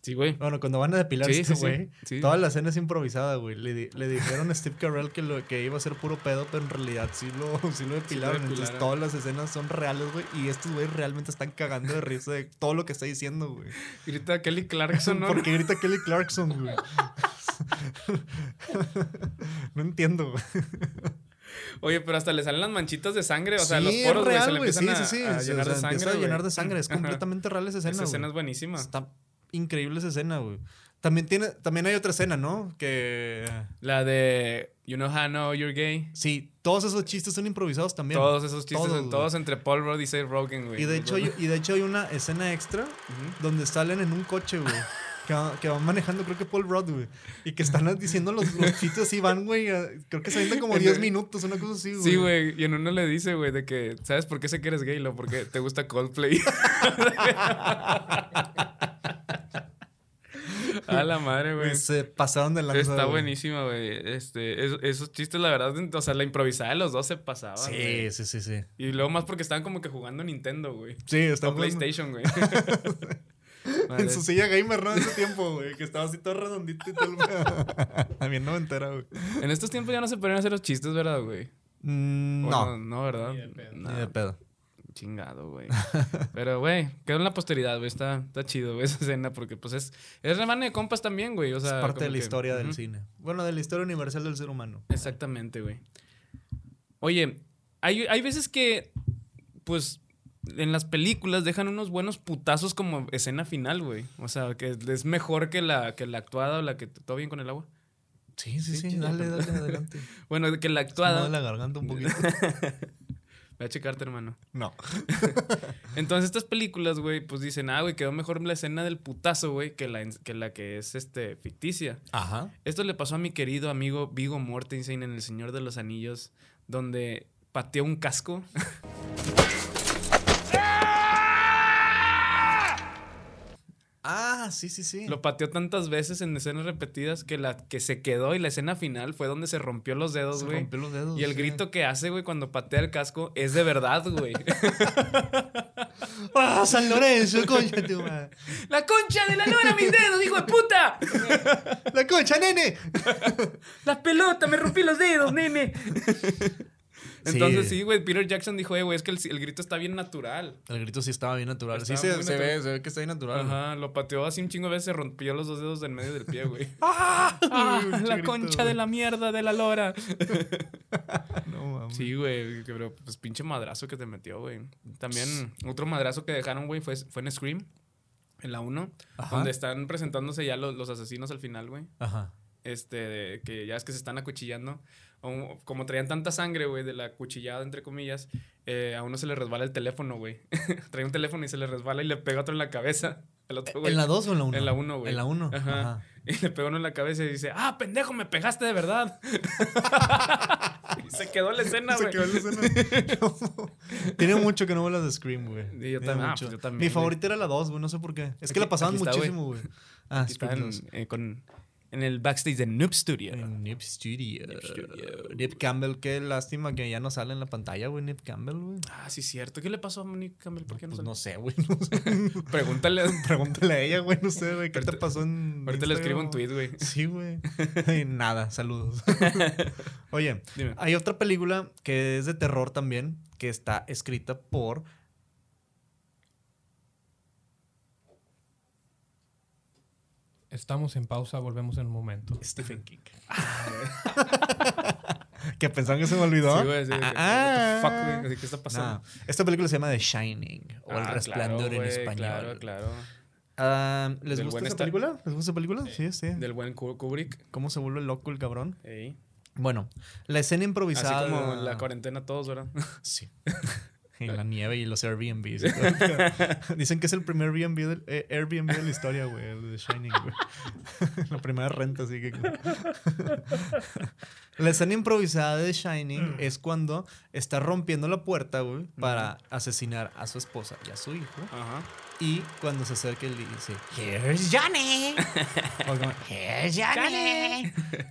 Speaker 2: Sí, güey.
Speaker 3: Bueno, cuando van a depilarse,
Speaker 2: Sí, sí, sí.
Speaker 3: güey.
Speaker 2: Sí.
Speaker 3: Toda la escena es improvisada, güey. Le, di- le dijeron a Steve Carell que, lo, que iba a ser puro pedo, pero en realidad sí lo, sí lo depilaron. Entonces
Speaker 1: depilaron.
Speaker 3: todas las escenas son reales, güey. Y estos güeyes realmente están cagando de risa de todo lo que está diciendo, güey.
Speaker 2: Grita Kelly Clarkson, ¿no?
Speaker 3: Porque grita Kelly Clarkson, güey. no entiendo, güey.
Speaker 2: Oye, pero hasta le salen las manchitas de sangre, o sea,
Speaker 3: Sí,
Speaker 2: los
Speaker 3: es
Speaker 2: poros, güey, se
Speaker 3: real,
Speaker 2: le
Speaker 3: güey.
Speaker 2: empiezan
Speaker 3: sí,
Speaker 2: a-
Speaker 3: sí, sí.
Speaker 2: a,
Speaker 3: Sí, o
Speaker 2: llenar
Speaker 3: sea,
Speaker 2: de
Speaker 3: empieza
Speaker 2: sangre,
Speaker 3: a llenar
Speaker 2: güey.
Speaker 3: de sangre. Es
Speaker 2: Ajá.
Speaker 3: completamente real esa escena,
Speaker 2: Esa escena
Speaker 3: güey.
Speaker 2: es buenísima.
Speaker 3: Está increíble esa escena, güey. También, tiene, también hay otra escena, ¿no? Que...
Speaker 2: La de You know how I know you're gay.
Speaker 3: Sí, todos esos chistes son improvisados también.
Speaker 2: Todos esos chistes,
Speaker 3: Todos,
Speaker 2: todos, entre Paul Rudd y Seth Rogen, güey.
Speaker 3: Y de, hecho, hay-
Speaker 2: Ujú.
Speaker 3: y de hecho hay una escena extra donde salen en un coche, güey. Que, va- que van manejando, creo que Paul Rudd, güey. Y que están diciendo los, los chistes así, van, güey. a- Creo que se avientan como 10 minutos, una cosa así, güey.
Speaker 2: Sí, güey. Y en uno le dice, güey, de que, ¿sabes por qué sé que eres gay? Lo porque te gusta Coldplay. A la madre, güey.
Speaker 3: Se pasaron de lanza.
Speaker 2: Está
Speaker 3: güey.
Speaker 2: buenísima, güey. Este, es- esos chistes, la verdad, o sea, la improvisada de los dos se pasaba.
Speaker 3: Sí, sí, sí, sí.
Speaker 2: Y luego más porque estaban como que jugando Nintendo, güey.
Speaker 3: Sí, está
Speaker 2: O
Speaker 3: bueno.
Speaker 2: PlayStation, güey.
Speaker 3: En
Speaker 2: Madre.
Speaker 3: su silla gamer, ¿no? En ese tiempo, güey. Que estaba así todo redondito y todo. A mí no me entera, güey.
Speaker 2: En estos tiempos ya no se podían hacer los chistes, ¿verdad, güey?
Speaker 3: Mm,
Speaker 2: O
Speaker 3: No.
Speaker 2: No, no, ¿verdad?
Speaker 4: Ni de pedo.
Speaker 2: No,
Speaker 3: Ni de pedo.
Speaker 2: Chingado, güey. Pero, güey, quedó en la posteridad, güey. Está, está chido, güey, esa escena. Porque, pues, es, es remane de compas también, güey. O sea,
Speaker 3: es parte
Speaker 2: como
Speaker 3: de la
Speaker 2: que-
Speaker 3: historia del
Speaker 2: Ujú.
Speaker 3: cine. Bueno, de la historia universal del ser humano.
Speaker 2: Exactamente, güey. Oye, hay, hay veces que, pues, en las películas dejan unos buenos putazos como escena final, güey. O sea, que es mejor que la, que la actuada o la que... ¿Todo bien con el agua?
Speaker 3: Sí, sí,
Speaker 2: Sí,
Speaker 3: sí.
Speaker 2: chinga,
Speaker 3: Dale,
Speaker 2: pero-
Speaker 3: dale, adelante.
Speaker 2: Bueno, que la
Speaker 3: Toda
Speaker 2: actuada...
Speaker 3: de la garganta un poquito.
Speaker 2: Voy a checarte, hermano.
Speaker 3: No.
Speaker 2: Entonces estas películas, güey, pues dicen, ah, güey, quedó mejor la escena del putazo, güey, que la, que la que es este, ficticia.
Speaker 3: Ajá.
Speaker 2: Esto le pasó a mi querido amigo Vigo Mortensen en El Señor de los Anillos, donde pateó un casco.
Speaker 3: Ah, sí, sí, sí.
Speaker 2: Lo pateó tantas veces en escenas repetidas que la que se quedó y la escena final fue donde se rompió los dedos,
Speaker 3: Se
Speaker 2: güey.
Speaker 3: rompió los dedos.
Speaker 2: Y el
Speaker 3: sí.
Speaker 2: grito que hace, güey, cuando patea el casco es de verdad, güey.
Speaker 3: ¡Ah, San Lorenzo, concha tu madre!
Speaker 2: ¡La concha de la lora, mis dedos, hijo de puta!
Speaker 3: ¡La concha, nene!
Speaker 2: ¡Las pelotas! ¡Me rompí los dedos, nene! Entonces,
Speaker 3: Sí.
Speaker 2: sí, güey, Peter Jackson dijo, eh, güey, es que el, el grito está bien natural.
Speaker 3: El grito sí estaba bien natural.
Speaker 2: Estaba
Speaker 3: sí, se,
Speaker 2: muy
Speaker 3: se
Speaker 2: natural.
Speaker 3: ve, se ve que está bien natural.
Speaker 2: Ajá, lo pateó así un chingo de veces, se rompió los dos dedos del medio del pie, güey.
Speaker 3: Ah,
Speaker 2: ¡Ah!
Speaker 3: un
Speaker 2: la
Speaker 3: grito,
Speaker 2: concha
Speaker 3: güey.
Speaker 2: de la mierda de la lora.
Speaker 3: No, mames.
Speaker 2: Sí, güey, que- pero pues pinche madrazo que te metió, güey. También otro madrazo que dejaron, güey, fue, fue en Scream, en la 1,
Speaker 3: Ajá.
Speaker 2: donde están presentándose ya los, los asesinos al final, güey.
Speaker 3: Ajá.
Speaker 2: este, de que ya es que se están acuchillando. o- como traían tanta sangre, güey, de la cuchillada, entre comillas, eh, a uno se le resbala el teléfono, güey. Trae un teléfono y se le resbala y le pega otro en la cabeza. al otro, güey.
Speaker 3: Eh, ¿En la 2 o en la 1?
Speaker 2: En la uno, güey.
Speaker 3: En la 1.
Speaker 2: Ajá.
Speaker 3: Ajá.
Speaker 2: Y le pega uno en la cabeza y dice, ah, pendejo, me pegaste de verdad. Y se quedó la escena,
Speaker 3: Se
Speaker 2: güey.
Speaker 3: quedó en la escena. Tiene mucho que no veo las de Scream, güey.
Speaker 2: Y yo
Speaker 3: Tiene
Speaker 2: también, ah,
Speaker 3: mucho.
Speaker 2: pues yo también,
Speaker 3: Mi
Speaker 2: güey.
Speaker 3: favorita era la 2, güey. No sé por qué. Es que
Speaker 2: Aquí-
Speaker 3: la pasaban
Speaker 2: aquí está, güey.
Speaker 3: muchísimo, güey. Ah,
Speaker 2: Aquí está
Speaker 3: Scream
Speaker 2: en,
Speaker 3: 2.
Speaker 2: eh, con- en el backstage de Noob Studio.
Speaker 3: En Nip Studio.
Speaker 2: Nip Studio.
Speaker 3: Nip Campbell, qué lástima que ya no sale en la pantalla, güey. Nip Campbell, güey.
Speaker 2: Ah, sí, cierto. ¿Qué le pasó a Monique Campbell? ¿Por qué no
Speaker 3: Pues
Speaker 2: sale?
Speaker 3: no sé, güey. no sé.
Speaker 2: Pregúntale.
Speaker 3: Pregúntale a ella, güey. No sé, güey. ¿Qué te
Speaker 2: Ahorita-
Speaker 3: pasó en.
Speaker 2: Ahorita le escribo
Speaker 3: Instagram,
Speaker 2: un
Speaker 3: güey?
Speaker 2: tweet, güey.
Speaker 3: Sí, güey. Y Nada, saludos. Oye,
Speaker 2: Dime.
Speaker 3: hay otra película que es de terror también, que está escrita por.
Speaker 4: Estamos en pausa, volvemos en un momento.
Speaker 3: Ah, Stephen King. que pensaban que se me olvidó.
Speaker 2: Sí, güey, sí, de que, what the
Speaker 3: Ah.
Speaker 2: fuck, güey, así, ¿qué está pasando?
Speaker 3: Nah, Esta película se llama The Shining o El
Speaker 2: Ah,
Speaker 3: Resplandor
Speaker 2: claro,
Speaker 3: en
Speaker 2: güey,
Speaker 3: español.
Speaker 2: Claro, claro.
Speaker 3: Ah, ¿Les
Speaker 2: Del
Speaker 3: gusta
Speaker 2: buen Stan-
Speaker 3: esta película? ¿Les gusta esta película? Sí, sí.
Speaker 2: Del buen Ku- Kubrick.
Speaker 3: ¿Cómo se vuelve loco el cabrón?
Speaker 2: ey.
Speaker 3: Bueno, la escena
Speaker 2: Así
Speaker 3: improvisada.
Speaker 2: como en la cuarentena todos, ¿verdad?
Speaker 3: Sí. Y la nieve y los Airbnbs. y todo. Dicen que es el primer Airbnb del- eh, Airbnb de la historia, güey. El de Shining, güey. la primera renta, así que. la escena improvisada de Shining es cuando está rompiendo la puerta, güey, para asesinar a su esposa y a su hijo.
Speaker 2: Ajá.
Speaker 3: Y cuando se acerca, él dice:
Speaker 5: Here's Johnny.
Speaker 3: "Oigan,
Speaker 5: Here's Johnny.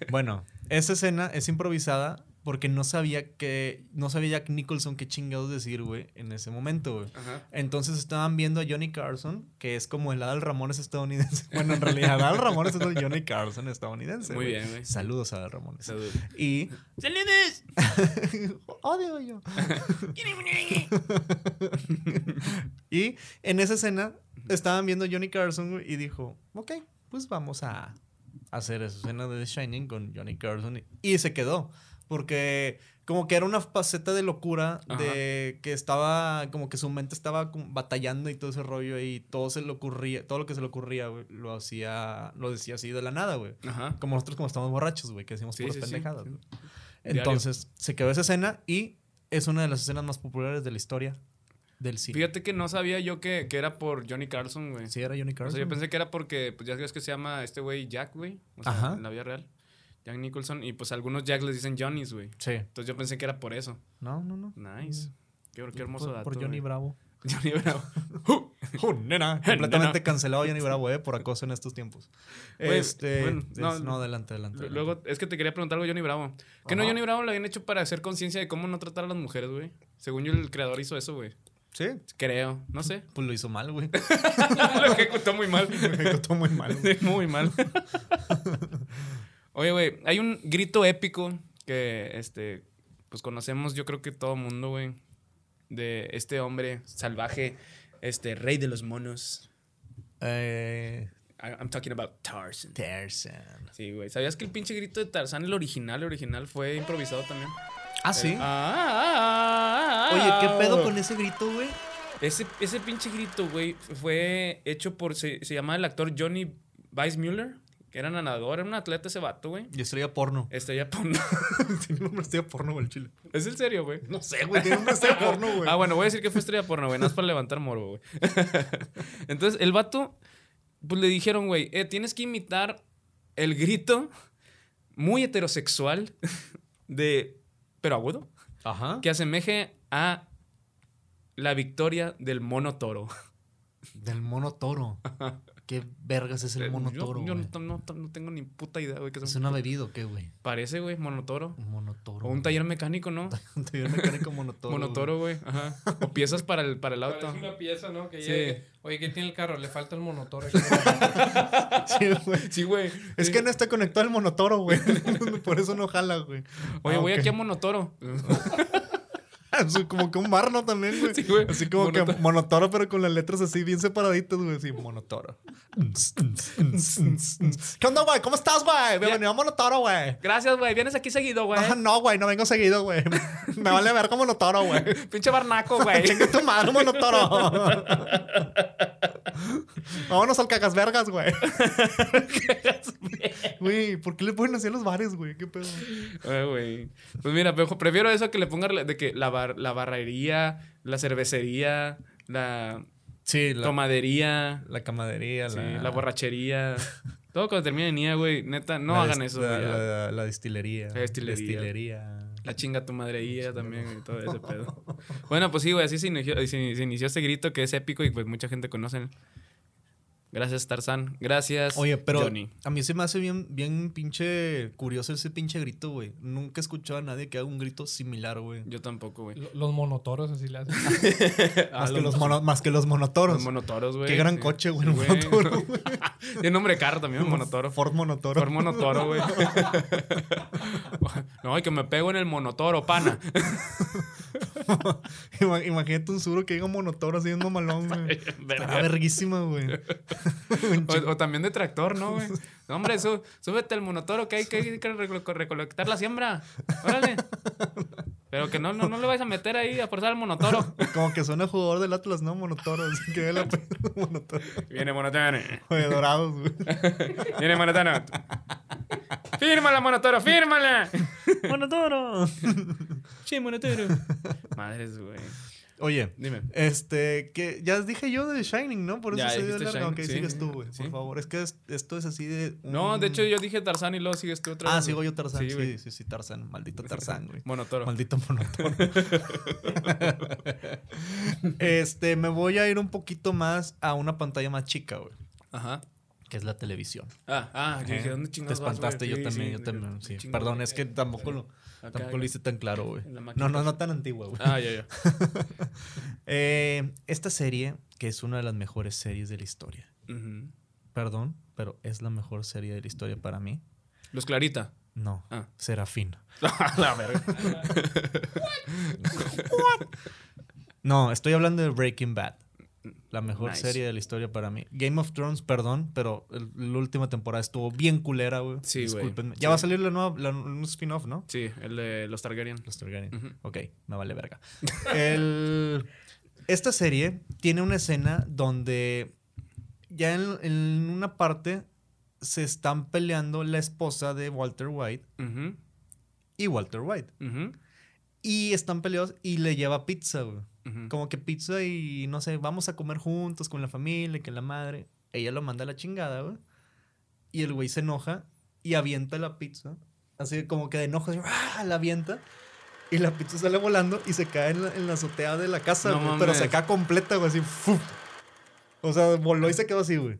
Speaker 3: Bueno, esa escena es improvisada porque no sabía que no sabía Jack Nicholson qué chingados decir, güey, en ese momento, güey.
Speaker 2: Ajá.
Speaker 3: Entonces estaban viendo a Johnny Carson, que es como el Adal Ramones estadounidense. Bueno, en realidad Adal Ramones es el Johnny Carson estadounidense.
Speaker 2: Muy
Speaker 3: güey.
Speaker 2: bien, güey.
Speaker 3: Saludos a Adal Ramones.
Speaker 2: Salud.
Speaker 3: Y
Speaker 2: ¡Saludos!
Speaker 3: odio yo. y en esa escena estaban viendo a Johnny Carson güey, y dijo, ok, pues vamos a hacer esa escena de The Shining con Johnny Carson. Y se quedó, porque como que era una faceta de locura, de que estaba, como que su mente estaba como batallando y todo ese rollo y todo se le ocurría, todo lo que se le ocurría, güey, lo hacía, lo decía así de la nada, güey.
Speaker 2: Ajá.
Speaker 3: Como nosotros como estamos borrachos, güey, que decimos
Speaker 2: Sí,
Speaker 3: puras
Speaker 2: sí, sí.
Speaker 3: pendejadas.
Speaker 2: Sí.
Speaker 3: güey.
Speaker 2: Diario.
Speaker 3: Entonces, se quedó esa escena y es una de las escenas más populares de la historia del cine.
Speaker 2: Fíjate que no sabía yo que, que era por Johnny Carlson, güey.
Speaker 3: Sí, era Johnny
Speaker 2: O
Speaker 3: Carson.
Speaker 2: sea, yo pensé que era porque, pues ya crees que se llama este güey Jack, güey. O sea,
Speaker 3: Ajá.
Speaker 2: en la vida real. Jack Nicholson. Y pues algunos Jack les dicen Johnny's, güey.
Speaker 3: Sí.
Speaker 2: Entonces yo pensé que era por eso.
Speaker 3: No, no, no.
Speaker 2: Nice. Qué, qué hermoso
Speaker 3: Mm. por,
Speaker 2: dato. eh.
Speaker 3: Por
Speaker 2: güey.
Speaker 3: Johnny Bravo.
Speaker 2: Johnny Bravo.
Speaker 3: ¡Oh, nena! Completamente cancelado Johnny Bravo, eh, por acoso en estos tiempos.
Speaker 2: Güey,
Speaker 3: este,
Speaker 2: bueno,
Speaker 3: es-
Speaker 2: no,
Speaker 3: no, adelante, adelante.
Speaker 2: Lu-
Speaker 3: adelante.
Speaker 2: Luego, es que te quería preguntar algo, Johnny Bravo. Que no
Speaker 3: Ajá.
Speaker 2: Johnny Bravo lo habían hecho para hacer conciencia de cómo no tratar a las mujeres, güey. Según yo, el creador hizo eso, güey.
Speaker 3: Sí,
Speaker 2: Creo. No sé.
Speaker 3: pues lo hizo mal, güey.
Speaker 2: lo ejecutó muy mal.
Speaker 3: Lo ejecutó muy mal. güey.
Speaker 2: Sí, muy mal. Oye, güey, hay un grito épico que, este, pues conocemos, yo creo que todo mundo, güey, de este hombre salvaje, este, rey de los monos.
Speaker 3: Eh,
Speaker 2: I- I'm talking about Tarzan.
Speaker 3: Tarzan.
Speaker 2: Sí, güey. ¿Sabías que el pinche grito de Tarzan, el original, el original, fue improvisado también?
Speaker 3: Ah, sí.
Speaker 2: Ah,
Speaker 3: Oye, ¿qué pedo con ese grito, güey?
Speaker 2: Ese, ese pinche grito, güey, fue hecho por. Se, se llama el actor Johnny Weissmuller, que era nadador, era un atleta ese vato, güey.
Speaker 3: Y estrella porno.
Speaker 2: Estrella porno.
Speaker 3: Tiene nombre de estrella porno, güey, el chile.
Speaker 2: ¿Es en serio, güey?
Speaker 3: No sé, güey. Tiene nombre de estrella porno, güey.
Speaker 2: Ah, bueno, voy a decir que fue estrella porno, güey, nada más para levantar morbo, güey. Entonces, el vato, pues le dijeron, güey, eh, tienes que imitar el grito muy heterosexual de. pero agudo,
Speaker 3: Ajá.
Speaker 2: que asemeje a la victoria del mono toro.
Speaker 3: Del mono toro. ¿Qué vergas es el mono
Speaker 2: Yo-
Speaker 3: toro?
Speaker 2: Yo,
Speaker 3: güey?
Speaker 2: no, no- no tengo ni puta idea, güey, que
Speaker 3: ¿Es una bebida o qué, güey?
Speaker 2: Parece, güey, monotoro.
Speaker 3: Un monotoro.
Speaker 2: O un
Speaker 3: güey.
Speaker 2: taller mecánico, ¿no?
Speaker 3: Un taller mecánico monotoro. güey.
Speaker 2: Monotoro, güey. Ajá. O piezas para el, para el auto.
Speaker 4: Es una pieza, ¿no? Que
Speaker 2: Sí.
Speaker 4: llegue. Oye, ¿qué tiene el carro? Le falta el monotor.
Speaker 3: Sí, güey.
Speaker 2: Sí, güey.
Speaker 3: Es
Speaker 2: Sí.
Speaker 3: que no está conectado al monotoro, güey. Por eso no jala, güey.
Speaker 2: Oye,
Speaker 3: Ah,
Speaker 2: voy
Speaker 3: ok.
Speaker 2: aquí a Monotoro.
Speaker 3: Así Como que un barno también, güey.
Speaker 2: Sí, güey.
Speaker 3: Así como
Speaker 2: Monotoro.
Speaker 3: que monotoro, pero con las letras así bien separaditas, güey. Así, monotoro. ¿Qué onda, güey? ¿Cómo estás, güey? Bienvenido a monotoro, güey.
Speaker 2: Gracias, güey. Vienes aquí seguido, güey.
Speaker 3: Ah, no, güey, no vengo seguido, güey. Me vale ver como monotoro, güey.
Speaker 2: Pinche barnaco, güey.
Speaker 3: Chinga tu madre, monotoro. Vámonos al cagasvergas, güey. Güey, ¿por qué le ponen así a los bares, güey? ¿Qué pedo?
Speaker 2: Ay, güey. Pues mira, pejo, prefiero eso que le ponga la- de que la, bar- la barrería, la cervecería, la
Speaker 3: Sí,
Speaker 2: tomadería,
Speaker 3: la camadería,
Speaker 2: sí, la... borrachería. Todo cuando termine en IA, güey. Neta, no
Speaker 3: la
Speaker 2: hagan
Speaker 3: dis-
Speaker 2: eso,
Speaker 3: La,
Speaker 2: güey.
Speaker 3: la-
Speaker 2: La,
Speaker 3: la destilería.
Speaker 2: La destilería.
Speaker 3: Destilería.
Speaker 2: chinga tu madreía también, güey. Todo ese pedo. Bueno, pues sí, güey. Así se inició, se, se inició este grito que es épico y pues mucha gente conoce. Gracias, Tarzán. Gracias,
Speaker 3: Oye, pero
Speaker 2: Johnny.
Speaker 3: a mí se me hace bien, bien pinche curioso ese pinche grito, güey. Nunca he escuchado a nadie que haga un grito similar, güey.
Speaker 2: Yo tampoco, güey.
Speaker 4: Los monotoros así le hacen.
Speaker 2: Ah,
Speaker 3: Más, que los mono- más que los monotoros.
Speaker 2: Los monotoros, güey.
Speaker 3: Qué gran
Speaker 2: Sí.
Speaker 3: coche, güey. el monotoro, güey.
Speaker 2: Tiene nombre de carro también, monotoro.
Speaker 3: Ford monotoro.
Speaker 2: Por monotoro, güey. no, y que me pego en el monotoro, pana.
Speaker 3: Ima- Imagínate un suro que diga monotoro así un mamalón, güey. Estará Ah, verguísima, güey.
Speaker 2: O, o también de tractor, ¿no, güey? No, hombre, sú- súbete al monotoro que hay que, hay que reco- recolectar la siembra. Órale. Pero que no, no, no le vais a meter ahí a forzar al monotoro.
Speaker 3: Como que suena jugador del Atlas, ¿no? Monotoro. Así que la monotoro.
Speaker 2: Viene monotoro.
Speaker 3: Güey, dorados, güey.
Speaker 2: Viene monotoro. Fírmala, monotoro, fírmala.
Speaker 3: Monotoro.
Speaker 2: Che, monotoro. Madres, güey.
Speaker 3: Oye,
Speaker 2: Dime.
Speaker 3: este, que ya dije yo de Shining, ¿no? Por eso
Speaker 2: Ya
Speaker 3: se dio
Speaker 2: dijiste
Speaker 3: larga.
Speaker 2: Shining,
Speaker 3: ok,
Speaker 2: sí.
Speaker 3: sigues tú, güey,
Speaker 2: Sí.
Speaker 3: por favor. Es que es- esto es así de. un-
Speaker 2: No, de hecho yo dije Tarzán y luego sigues tú otra
Speaker 3: Ah,
Speaker 2: vez.
Speaker 3: sigo yo Tarzán. Sí,
Speaker 2: güey.
Speaker 3: sí, sí, Tarzán. Maldito Tarzán, güey.
Speaker 2: Monotoro.
Speaker 3: Maldito monotón. este, me voy a ir un poquito más a una pantalla más chica, güey.
Speaker 2: Ajá.
Speaker 3: Que es la televisión.
Speaker 2: Ah, ah, yo dije,
Speaker 3: Ajá.
Speaker 2: ¿dónde chingados
Speaker 3: Te
Speaker 2: vas,
Speaker 3: espantaste,
Speaker 2: güey?
Speaker 3: yo
Speaker 2: Sí,
Speaker 3: también,
Speaker 2: sí,
Speaker 3: yo también. sí.
Speaker 2: chingados.
Speaker 3: Perdón, es que tampoco lo,
Speaker 2: Acá,
Speaker 3: tampoco lo hice tan claro, güey.
Speaker 2: en la máquina.
Speaker 3: No, no, no tan antigua, güey.
Speaker 2: Ah, ya, ya.
Speaker 3: Eh, esta serie, que es una de las mejores series de la historia.
Speaker 2: Ujú.
Speaker 3: Perdón, pero es la mejor serie de la historia para mí.
Speaker 2: Los Clarita.
Speaker 3: No,
Speaker 2: Ah.
Speaker 3: Serafín.
Speaker 2: la verga.
Speaker 3: No, estoy hablando de Breaking Bad. La mejor
Speaker 2: Nice.
Speaker 3: serie de la historia para mí. Game of Thrones, perdón, pero el- la última temporada estuvo bien culera, güey.
Speaker 2: Sí, güey.
Speaker 3: Discúlpenme. Ya
Speaker 2: Sí.
Speaker 3: va a salir la nueva, la, un spin-off, ¿no?
Speaker 2: Sí, el de los Targaryen.
Speaker 3: Los Targaryen.
Speaker 2: Ujú.
Speaker 3: Ok, me vale verga. El- esta serie tiene una escena donde ya en, en una parte se están peleando la esposa de Walter White
Speaker 2: Ujú,
Speaker 3: y Walter White.
Speaker 2: ujú,
Speaker 3: Y están peleados y le lleva pizza, güey.
Speaker 2: ujú.
Speaker 3: Como que pizza y no sé, vamos a comer juntos con la familia, que la madre. Ella lo manda a la chingada, güey. Y el güey se enoja y avienta la pizza. Así como que de enojo, así, ¡ah! la avienta. Y la pizza sale volando y se cae en la, en la azotea de la casa,
Speaker 2: No
Speaker 3: güey.
Speaker 2: mames.
Speaker 3: Pero se cae completa, güey, así. ¡fuf! O sea, voló y se quedó así, güey.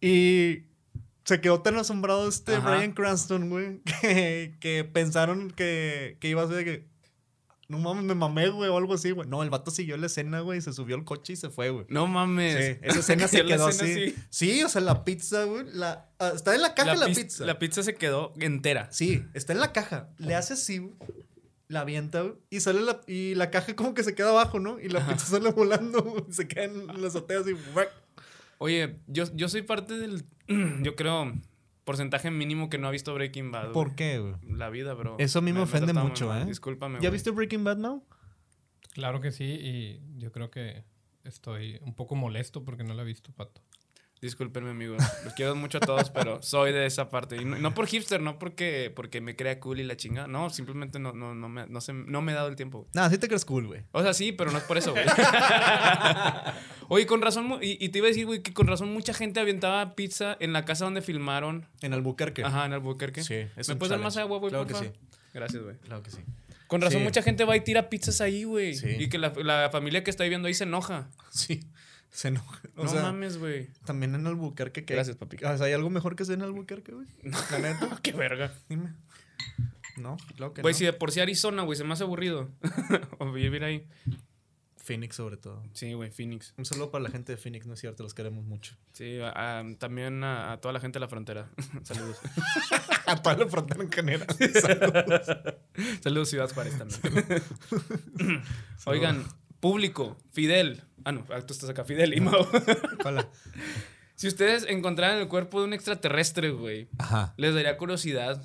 Speaker 3: Y se quedó tan asombrado este
Speaker 2: Ajá.
Speaker 3: Brian Cranston, güey, que, que pensaron que, que iba a ser de que. No mames, me mamé, güey, o algo así, güey. No, el vato siguió la escena, güey, se subió al coche y se fue, güey.
Speaker 2: No mames.
Speaker 3: Sí, esa escena se
Speaker 2: Yo la
Speaker 3: quedó
Speaker 2: escena
Speaker 3: así.
Speaker 2: sí.
Speaker 3: Sí, o sea, la pizza, güey. La, ah, está en la caja la,
Speaker 2: pis-
Speaker 3: pizza.
Speaker 2: La pizza se quedó entera.
Speaker 3: sí, está en la caja. Le hace así, güey, La avienta, güey. Y sale la, y la caja como que se queda abajo, ¿no? Y la pizza sale volando, güey. Se cae en las azoteas y. ¡guac!
Speaker 2: Oye, yo, yo soy parte del, yo creo, porcentaje mínimo que no ha visto Breaking Bad. güey.
Speaker 3: ¿Por qué, güey?
Speaker 2: La vida, bro.
Speaker 3: Eso a mí me ofende
Speaker 2: trata muy
Speaker 3: mucho,
Speaker 2: mal.
Speaker 3: ¿eh?
Speaker 2: Discúlpame.
Speaker 3: ¿Ya
Speaker 2: güey.
Speaker 3: viste Breaking Bad now?
Speaker 4: Claro que sí, y yo creo que estoy un poco molesto porque no la he visto, Pato.
Speaker 2: Discúlpenme, amigos. Los quiero mucho a todos, pero soy de esa parte. Y no, no por hipster, no porque, porque me crea cool y la chinga. No, simplemente no, no, no, me, no, se- no me he dado el tiempo. güey.
Speaker 3: Nah, sí te crees cool, güey.
Speaker 2: O sea, sí, pero no es por eso, güey. Oye, con razón, mu- y, y te iba a decir, güey, que con razón mucha gente aventaba pizza en la casa donde filmaron.
Speaker 3: En Albuquerque.
Speaker 2: Ajá, en Albuquerque.
Speaker 3: Sí, es
Speaker 2: ¿Me
Speaker 3: un
Speaker 2: puedes dar más
Speaker 3: challenge.
Speaker 2: agua, güey?
Speaker 3: Claro que
Speaker 2: porfa?
Speaker 3: sí.
Speaker 2: Gracias, güey.
Speaker 3: Claro que sí.
Speaker 2: Con razón,
Speaker 3: Sí.
Speaker 2: mucha gente va y tira pizzas ahí, güey.
Speaker 3: Sí.
Speaker 2: Y que la, la familia que está viviendo ahí se enoja.
Speaker 3: Sí. Se enoja. O
Speaker 2: no
Speaker 3: sea, Ah,
Speaker 2: mames, güey.
Speaker 3: también en Albuquerque que.
Speaker 2: Gracias, papi.
Speaker 3: O sea, ¿hay algo mejor que hacer en Albuquerque, güey? La neta.
Speaker 2: Qué verga.
Speaker 3: Dime. No, claro que
Speaker 2: Güey,
Speaker 3: no.
Speaker 2: si de por sí Arizona, güey, se me hace aburrido. o vivir ahí.
Speaker 3: Phoenix, sobre todo.
Speaker 2: Sí, güey, Phoenix.
Speaker 3: Un saludo para la gente de Phoenix, no es cierto, los queremos mucho.
Speaker 2: Sí, a- a- también a, a toda la gente de la frontera. Saludos.
Speaker 3: A toda la frontera en general.
Speaker 2: Saludos, Ciudad Juárez también. Oigan, público, Fidel. Ah, no, ah, tú estás acá, Fidel y Mau.
Speaker 3: Hola.
Speaker 2: si ustedes encontraran el cuerpo de un extraterrestre, güey,
Speaker 3: Ajá.
Speaker 2: les daría curiosidad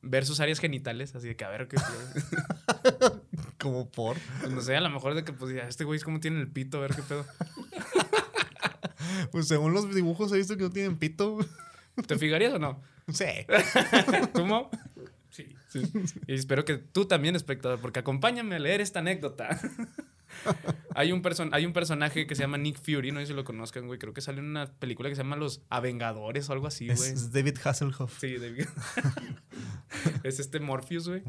Speaker 2: ver sus áreas genitales. Así de que a ver qué. pedo.
Speaker 3: Como por.
Speaker 2: Pues no sé, a lo mejor de que, pues, ya, este güey es como tiene el pito, a ver qué pedo.
Speaker 3: Pues según los dibujos he visto que no tienen pito. güey.
Speaker 2: ¿Te fijarías o no?
Speaker 3: Sí.
Speaker 2: ¿Tú, Mau? Sí. Y espero que tú también, espectador, porque acompáñame a leer esta anécdota. hay, un person- hay un personaje que se llama Nick Fury, no sé si lo conozcan, güey. Creo que sale en una película que se llama Los Avengadores o algo así,
Speaker 3: es,
Speaker 2: güey.
Speaker 3: es David Hasselhoff.
Speaker 2: Sí, de... es este Morpheus, güey.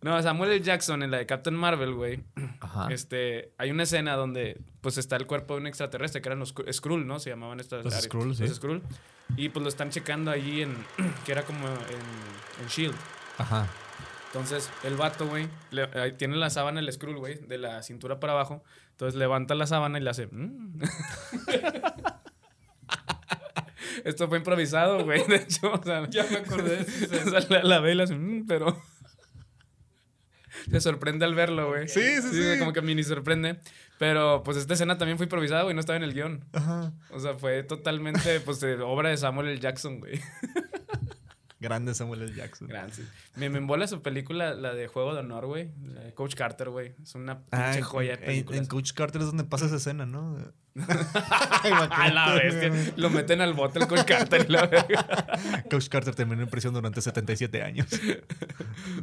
Speaker 2: No, Samuel L. Jackson en la de Captain Marvel, güey.
Speaker 3: Ajá.
Speaker 2: Este, hay una escena donde pues está el cuerpo de un extraterrestre que eran los Skru- Skrull, ¿no? Se llamaban estas
Speaker 3: Los
Speaker 2: áreas.
Speaker 3: Skrull, sí.
Speaker 2: Los Skrull. Y pues lo están checando allí en que era como en, en Shield.
Speaker 3: Ajá.
Speaker 2: Entonces, el vato, güey, le- ahí tiene la sábana el Skrull, güey, de la cintura para abajo. Entonces levanta la sábana y le hace. "Mm". Esto fue improvisado, güey. De hecho, o sea,
Speaker 4: Ya me acordé de esa escena.
Speaker 2: o sea, la, la ve y le hace, "Mm", pero. Se sorprende al verlo, güey.
Speaker 3: Sí, sí, sí.
Speaker 2: Como que mini sorprende. Pero pues esta escena también fue improvisada, güey, no estaba en el guión.
Speaker 3: Ajá.
Speaker 2: O sea, fue totalmente, pues, de obra de Samuel L. Jackson, güey.
Speaker 3: Grande Samuel L. Jackson.
Speaker 2: Gracias. Me, me embola su película, la de Juego de Honor, güey. La de Coach Carter, güey. Es una
Speaker 3: Ah,
Speaker 2: pinche joya de
Speaker 3: en- en,
Speaker 2: película.
Speaker 3: en Coach Carter es donde pasa esa escena, ¿no?
Speaker 2: A Ah, la bestia. Lo meten al bote el Coach Carter y la verga.
Speaker 3: Coach Carter terminó en prisión durante 77 años.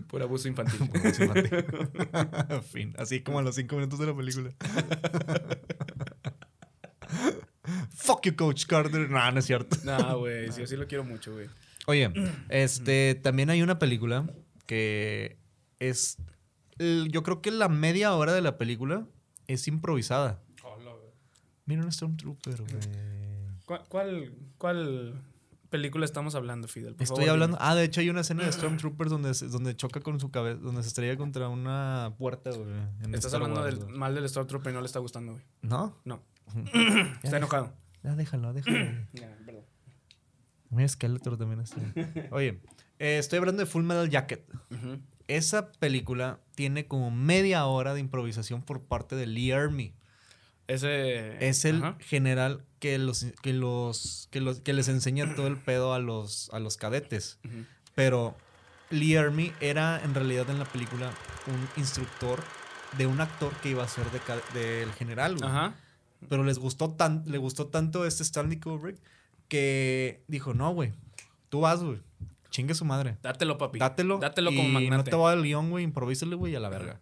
Speaker 2: Por abuso infantil.
Speaker 3: Por abuso infantil. fin, así como a los 5 minutos de la película. Fuck you, Coach Carter. No, no es cierto.
Speaker 2: No, güey. sí, Yo sí lo quiero mucho, güey.
Speaker 3: Oye, este, también hay una película que es. el- Yo creo que la media hora de la película es improvisada.
Speaker 4: Hola, güey.
Speaker 3: Mira un Stormtrooper, güey.
Speaker 2: ¿Cuál, cuál, cuál película estamos hablando, Fidel? Por
Speaker 3: Estoy
Speaker 2: favor,
Speaker 3: hablando. Ah, de hecho hay una escena de Stormtroopers donde, se- donde choca con su cabeza, donde se estrella contra una puerta, güey. en
Speaker 2: dime. Estás
Speaker 3: Star
Speaker 2: hablando
Speaker 3: Wars,
Speaker 2: del,
Speaker 3: güey.
Speaker 2: mal del Stormtrooper y no le está gustando, güey.
Speaker 3: ¿No?
Speaker 2: No.
Speaker 3: Ya
Speaker 2: Está
Speaker 3: deja-
Speaker 2: enojado.
Speaker 3: Ya déjalo, déjalo.
Speaker 2: Ya, perdón.
Speaker 3: Mira Skeletor también está. Oye, eh, estoy hablando de Full Metal Jacket.
Speaker 2: Ujú.
Speaker 3: Esa película tiene como media hora de improvisación por parte de Lee Army.
Speaker 2: Ese.
Speaker 3: Es el
Speaker 2: Ajá.
Speaker 3: general que los que los que los que les enseña todo el pedo a los a los cadetes.
Speaker 2: Ujú.
Speaker 3: Pero Lee Ermey era en realidad en la película un instructor de un actor que iba a ser de ca- del general, güey.
Speaker 2: Ajá.
Speaker 3: Pero les gustó tan, le gustó tanto este Stanley Kubrick que dijo, no, güey, tú vas, güey. Chingue su madre.
Speaker 2: Dátelo, papi.
Speaker 3: Dátelo.
Speaker 2: Dátelo
Speaker 3: y
Speaker 2: como
Speaker 3: No
Speaker 2: magnate.
Speaker 3: te va el guión, güey. Improvísale, güey, a la verga.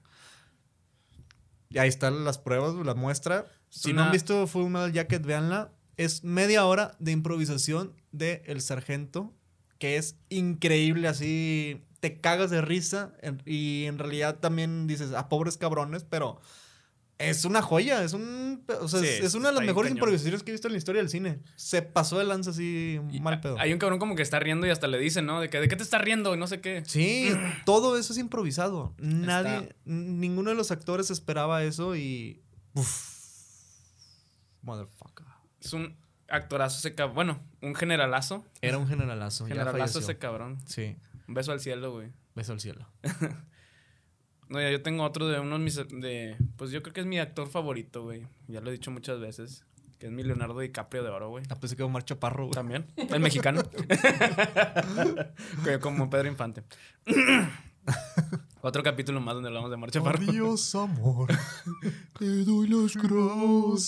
Speaker 3: Y ahí están las pruebas, güey, la muestra.
Speaker 2: Es
Speaker 3: si no han
Speaker 2: una-
Speaker 3: visto Full Metal Jacket, véanla. Es media hora de improvisación de El Sargento, que es increíble, así te cagas de risa en- y en realidad también dices, ah, pobres cabrones, pero es una joya, es un o sea,
Speaker 2: Sí,
Speaker 3: es, es una
Speaker 2: está
Speaker 3: de las
Speaker 2: bien
Speaker 3: mejores
Speaker 2: cañón.
Speaker 3: improvisaciones que he visto en la historia del cine. Se pasó de lanza así,
Speaker 2: Y
Speaker 3: mal
Speaker 2: a-
Speaker 3: pedo.
Speaker 2: Hay un cabrón como que está riendo y hasta le dicen, ¿no? De que, ¿de qué te estás riendo? Y no sé qué.
Speaker 3: Sí, todo eso es improvisado. Nadie,
Speaker 2: Está-
Speaker 3: n- ninguno de los actores esperaba eso y. Uf, motherfucker.
Speaker 2: Es un actorazo ese cabrón. Bueno, un generalazo.
Speaker 3: Era un generalazo. ya
Speaker 2: Generalazo
Speaker 3: falleció.
Speaker 2: ese cabrón.
Speaker 3: Sí,
Speaker 2: Un beso al cielo, güey.
Speaker 3: beso al cielo.
Speaker 2: No, ya yo tengo otro de uno de mis. De, pues yo creo que es mi actor favorito, güey. Ya lo he dicho muchas veces. Que es mi Leonardo DiCaprio de oro, güey.
Speaker 3: Ah, pensé que Omar Chaparro, güey.
Speaker 2: También. El mexicano. Que Como Pedro Infante. Otro capítulo más donde hablamos de Marcha Parro.
Speaker 3: Adiós, amor. Te doy las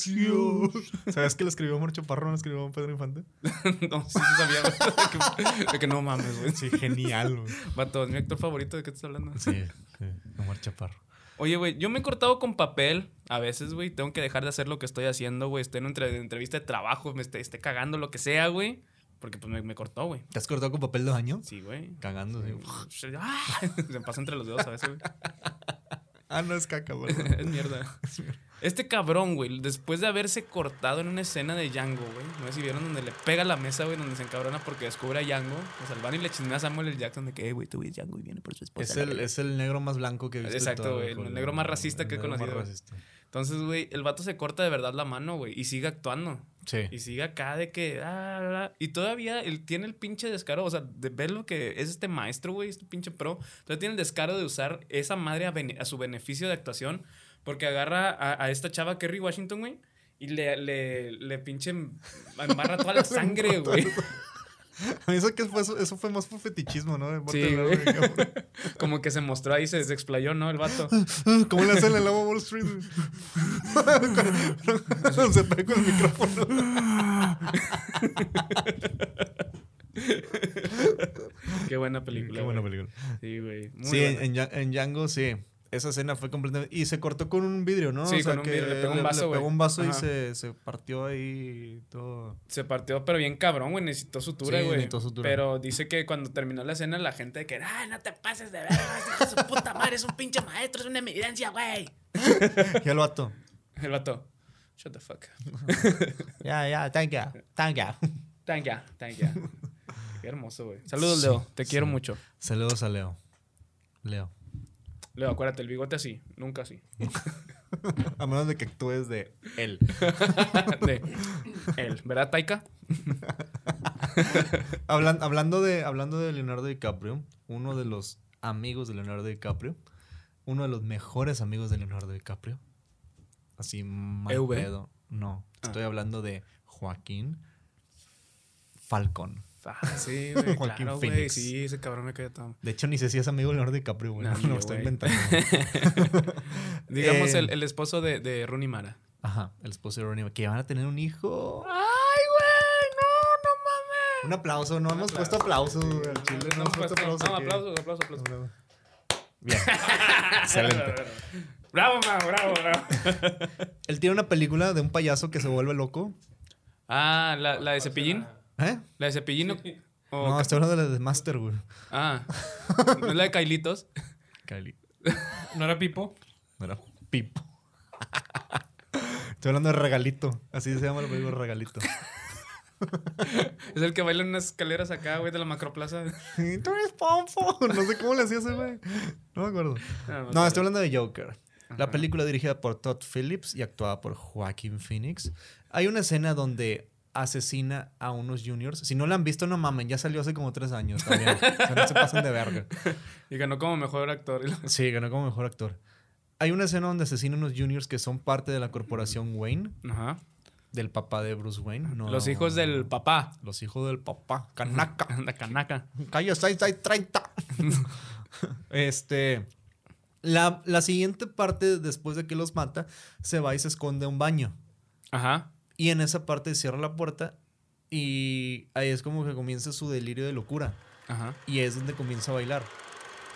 Speaker 3: gracias. ¿Sabes que lo escribió Omar Chaparro, no lo escribió Pedro Infante?
Speaker 2: no, sí, sí sabía. güey, de que, de que no mames, güey.
Speaker 3: Sí, genial, güey.
Speaker 2: Vato, es mi actor favorito. ¿De qué estás hablando?
Speaker 3: Sí, sí, Omar Chaparro.
Speaker 2: Oye, güey, yo me he cortado con papel a veces, güey. Tengo que dejar de hacer lo que estoy haciendo, güey. Estoy en una entre- entrevista de trabajo, me esté, esté cagando, lo que sea, güey. Porque pues me, me cortó, güey.
Speaker 3: ¿Te has cortado con papel dos años?
Speaker 2: Sí, güey.
Speaker 3: Cagando, sí.
Speaker 2: Ah, Se me pasa entre los dedos a veces, güey.
Speaker 3: Ah, no es caca, güey.
Speaker 2: es mierda. Este cabrón, güey, después de haberse cortado en una escena de Django, güey. No sé si vieron donde le pega la mesa, güey, donde se encabrona porque descubre a Django. O sea, el van y le chismea a Samuel L. Jackson de que, "Eh, güey, tú güey, Django y viene por su esposa.
Speaker 3: Es
Speaker 2: la
Speaker 3: el,
Speaker 2: verga".
Speaker 3: es el negro más blanco que he visto.
Speaker 2: pues,
Speaker 3: en
Speaker 2: Exacto,
Speaker 3: toda la
Speaker 2: güey, el
Speaker 3: Hollywood.
Speaker 2: negro más racista que he
Speaker 3: El negro más
Speaker 2: conocido.
Speaker 3: racista.
Speaker 2: Entonces, güey, el vato se corta de verdad la mano, güey, y sigue actuando. Y
Speaker 3: Sí.
Speaker 2: sigue acá de que. ah, la, la. y todavía él tiene el pinche descaro. O sea, de ver lo que es este maestro, güey, este pinche pro. Todavía tiene el descaro de usar esa madre a, bene- a su beneficio de actuación. Porque agarra a, a esta chava Kerry Washington, güey. Y le, le, le pinche em, embarra toda la sangre, güey.
Speaker 3: A mí eso, que fue, eso, eso fue más por fetichismo, ¿no? De parte
Speaker 2: Sí,
Speaker 3: del
Speaker 2: güey.
Speaker 3: hombre, cabrón.
Speaker 2: Como que se mostró ahí, se desplayó, ¿no? El vato.
Speaker 3: ¿Cómo "Ah, le hacen en el agua Wall Street? Cuando se pega con el micrófono.
Speaker 2: Qué buena película. güey.
Speaker 3: película.
Speaker 2: Sí, güey. Muy
Speaker 3: Sí,
Speaker 2: buena.
Speaker 3: en, en Dja- en Django, sí. Esa escena fue completamente. Y se cortó con un vidrio, ¿no?
Speaker 2: Sí, con un vidrio, le pegó un vaso,
Speaker 3: Le pegó
Speaker 2: güey.
Speaker 3: un vaso y
Speaker 2: Ajá.
Speaker 3: se, se partió ahí todo.
Speaker 2: Se partió, pero bien cabrón, güey. Necesitó sutura,
Speaker 3: Sí,
Speaker 2: güey.
Speaker 3: necesitó sutura.
Speaker 2: Pero dice que cuando terminó la escena, la gente de que, ah, no te pases de verga, hijo de su puta madre, es un pinche maestro, es una eminencia, güey.
Speaker 3: Y el vato.
Speaker 2: El vato, shut the fuck. up.
Speaker 3: Ya, ya, thank you. Thank you.
Speaker 2: Thank ya, thank ya. Qué hermoso, güey. Saludos, Leo. Te quiero mucho.
Speaker 3: Saludos a Leo. Leo.
Speaker 2: Leo, acuérdate, el bigote así, nunca así.
Speaker 3: A menos de que actúes de él.
Speaker 2: De él, ¿verdad, Taika?
Speaker 3: Hablan- hablando, de, hablando de Leonardo DiCaprio, uno de los amigos de Leonardo DiCaprio, uno de los mejores amigos de Leonardo DiCaprio, así mal
Speaker 2: EV.
Speaker 3: Ah. pedo. No, estoy hablando de Joaquín Falcón.
Speaker 2: Ah, sí, güey.
Speaker 3: Joaquín
Speaker 2: claro, güey.
Speaker 3: Phoenix.
Speaker 2: Sí, ese cabrón me cae tan.
Speaker 3: De hecho, ni sé si es amigo de Leonardo DiCaprio, güey.
Speaker 2: No,
Speaker 3: No,
Speaker 2: ni
Speaker 3: lo
Speaker 2: yo,
Speaker 3: estoy
Speaker 2: güey.
Speaker 3: inventando.
Speaker 2: Digamos
Speaker 3: Eh,
Speaker 2: el, el esposo de, de Rooney Mara.
Speaker 3: Ajá, el esposo de Ronnie. Que van a tener un hijo. ¡Ay, güey! ¡No, no mames! Un aplauso. No hemos puesto aplausos, güey. al Chile no hemos puesto aplausos.
Speaker 2: No,
Speaker 3: aquí.
Speaker 2: aplausos, aplausos, aplausos.
Speaker 3: Bien. Excelente.
Speaker 2: Bravo, ma, bravo, bravo.
Speaker 3: Él tiene una película de un payaso que se vuelve loco.
Speaker 2: Ah, la, la de Cepillín.
Speaker 3: ¿Eh?
Speaker 2: La de Cepillín. o- o-
Speaker 3: No, estoy hablando de la de Master, güey.
Speaker 2: Ah. ¿No es la de Kailitos?
Speaker 3: Cali.
Speaker 4: ¿No era Pipo?
Speaker 3: No era Pipo. Estoy hablando de Regalito. Así se llama la película Regalito.
Speaker 2: Es el que baila en unas escaleras acá, güey, de la macroplaza.
Speaker 3: Tú eres pompo. No sé cómo le hacía ese güey. No me acuerdo.
Speaker 2: Ah,
Speaker 3: No, estoy hablando de Joker. La película dirigida por Todd Phillips y actuada por Joaquin Phoenix. Hay una escena donde asesina a unos juniors. Si no la han visto, no mamen. Ya salió hace como tres años también. O sea, no se pasen de verga.
Speaker 2: Y ganó como mejor actor.
Speaker 3: Sí, ganó como mejor actor. Hay una escena donde asesina a unos juniors que son parte de la corporación Wayne,
Speaker 2: Ajá.
Speaker 3: del papá de Bruce Wayne. No.
Speaker 2: Los hijos del papá.
Speaker 3: Los hijos del papá. Canaca.
Speaker 2: La canaca.
Speaker 3: Calle 630. este. La, la siguiente parte, después de que los mata, se va y se esconde a un baño.
Speaker 2: Ajá.
Speaker 3: Y en esa parte cierra la puerta. Y ahí es como que comienza su delirio de locura.
Speaker 2: Ajá.
Speaker 3: Y es donde comienza a bailar.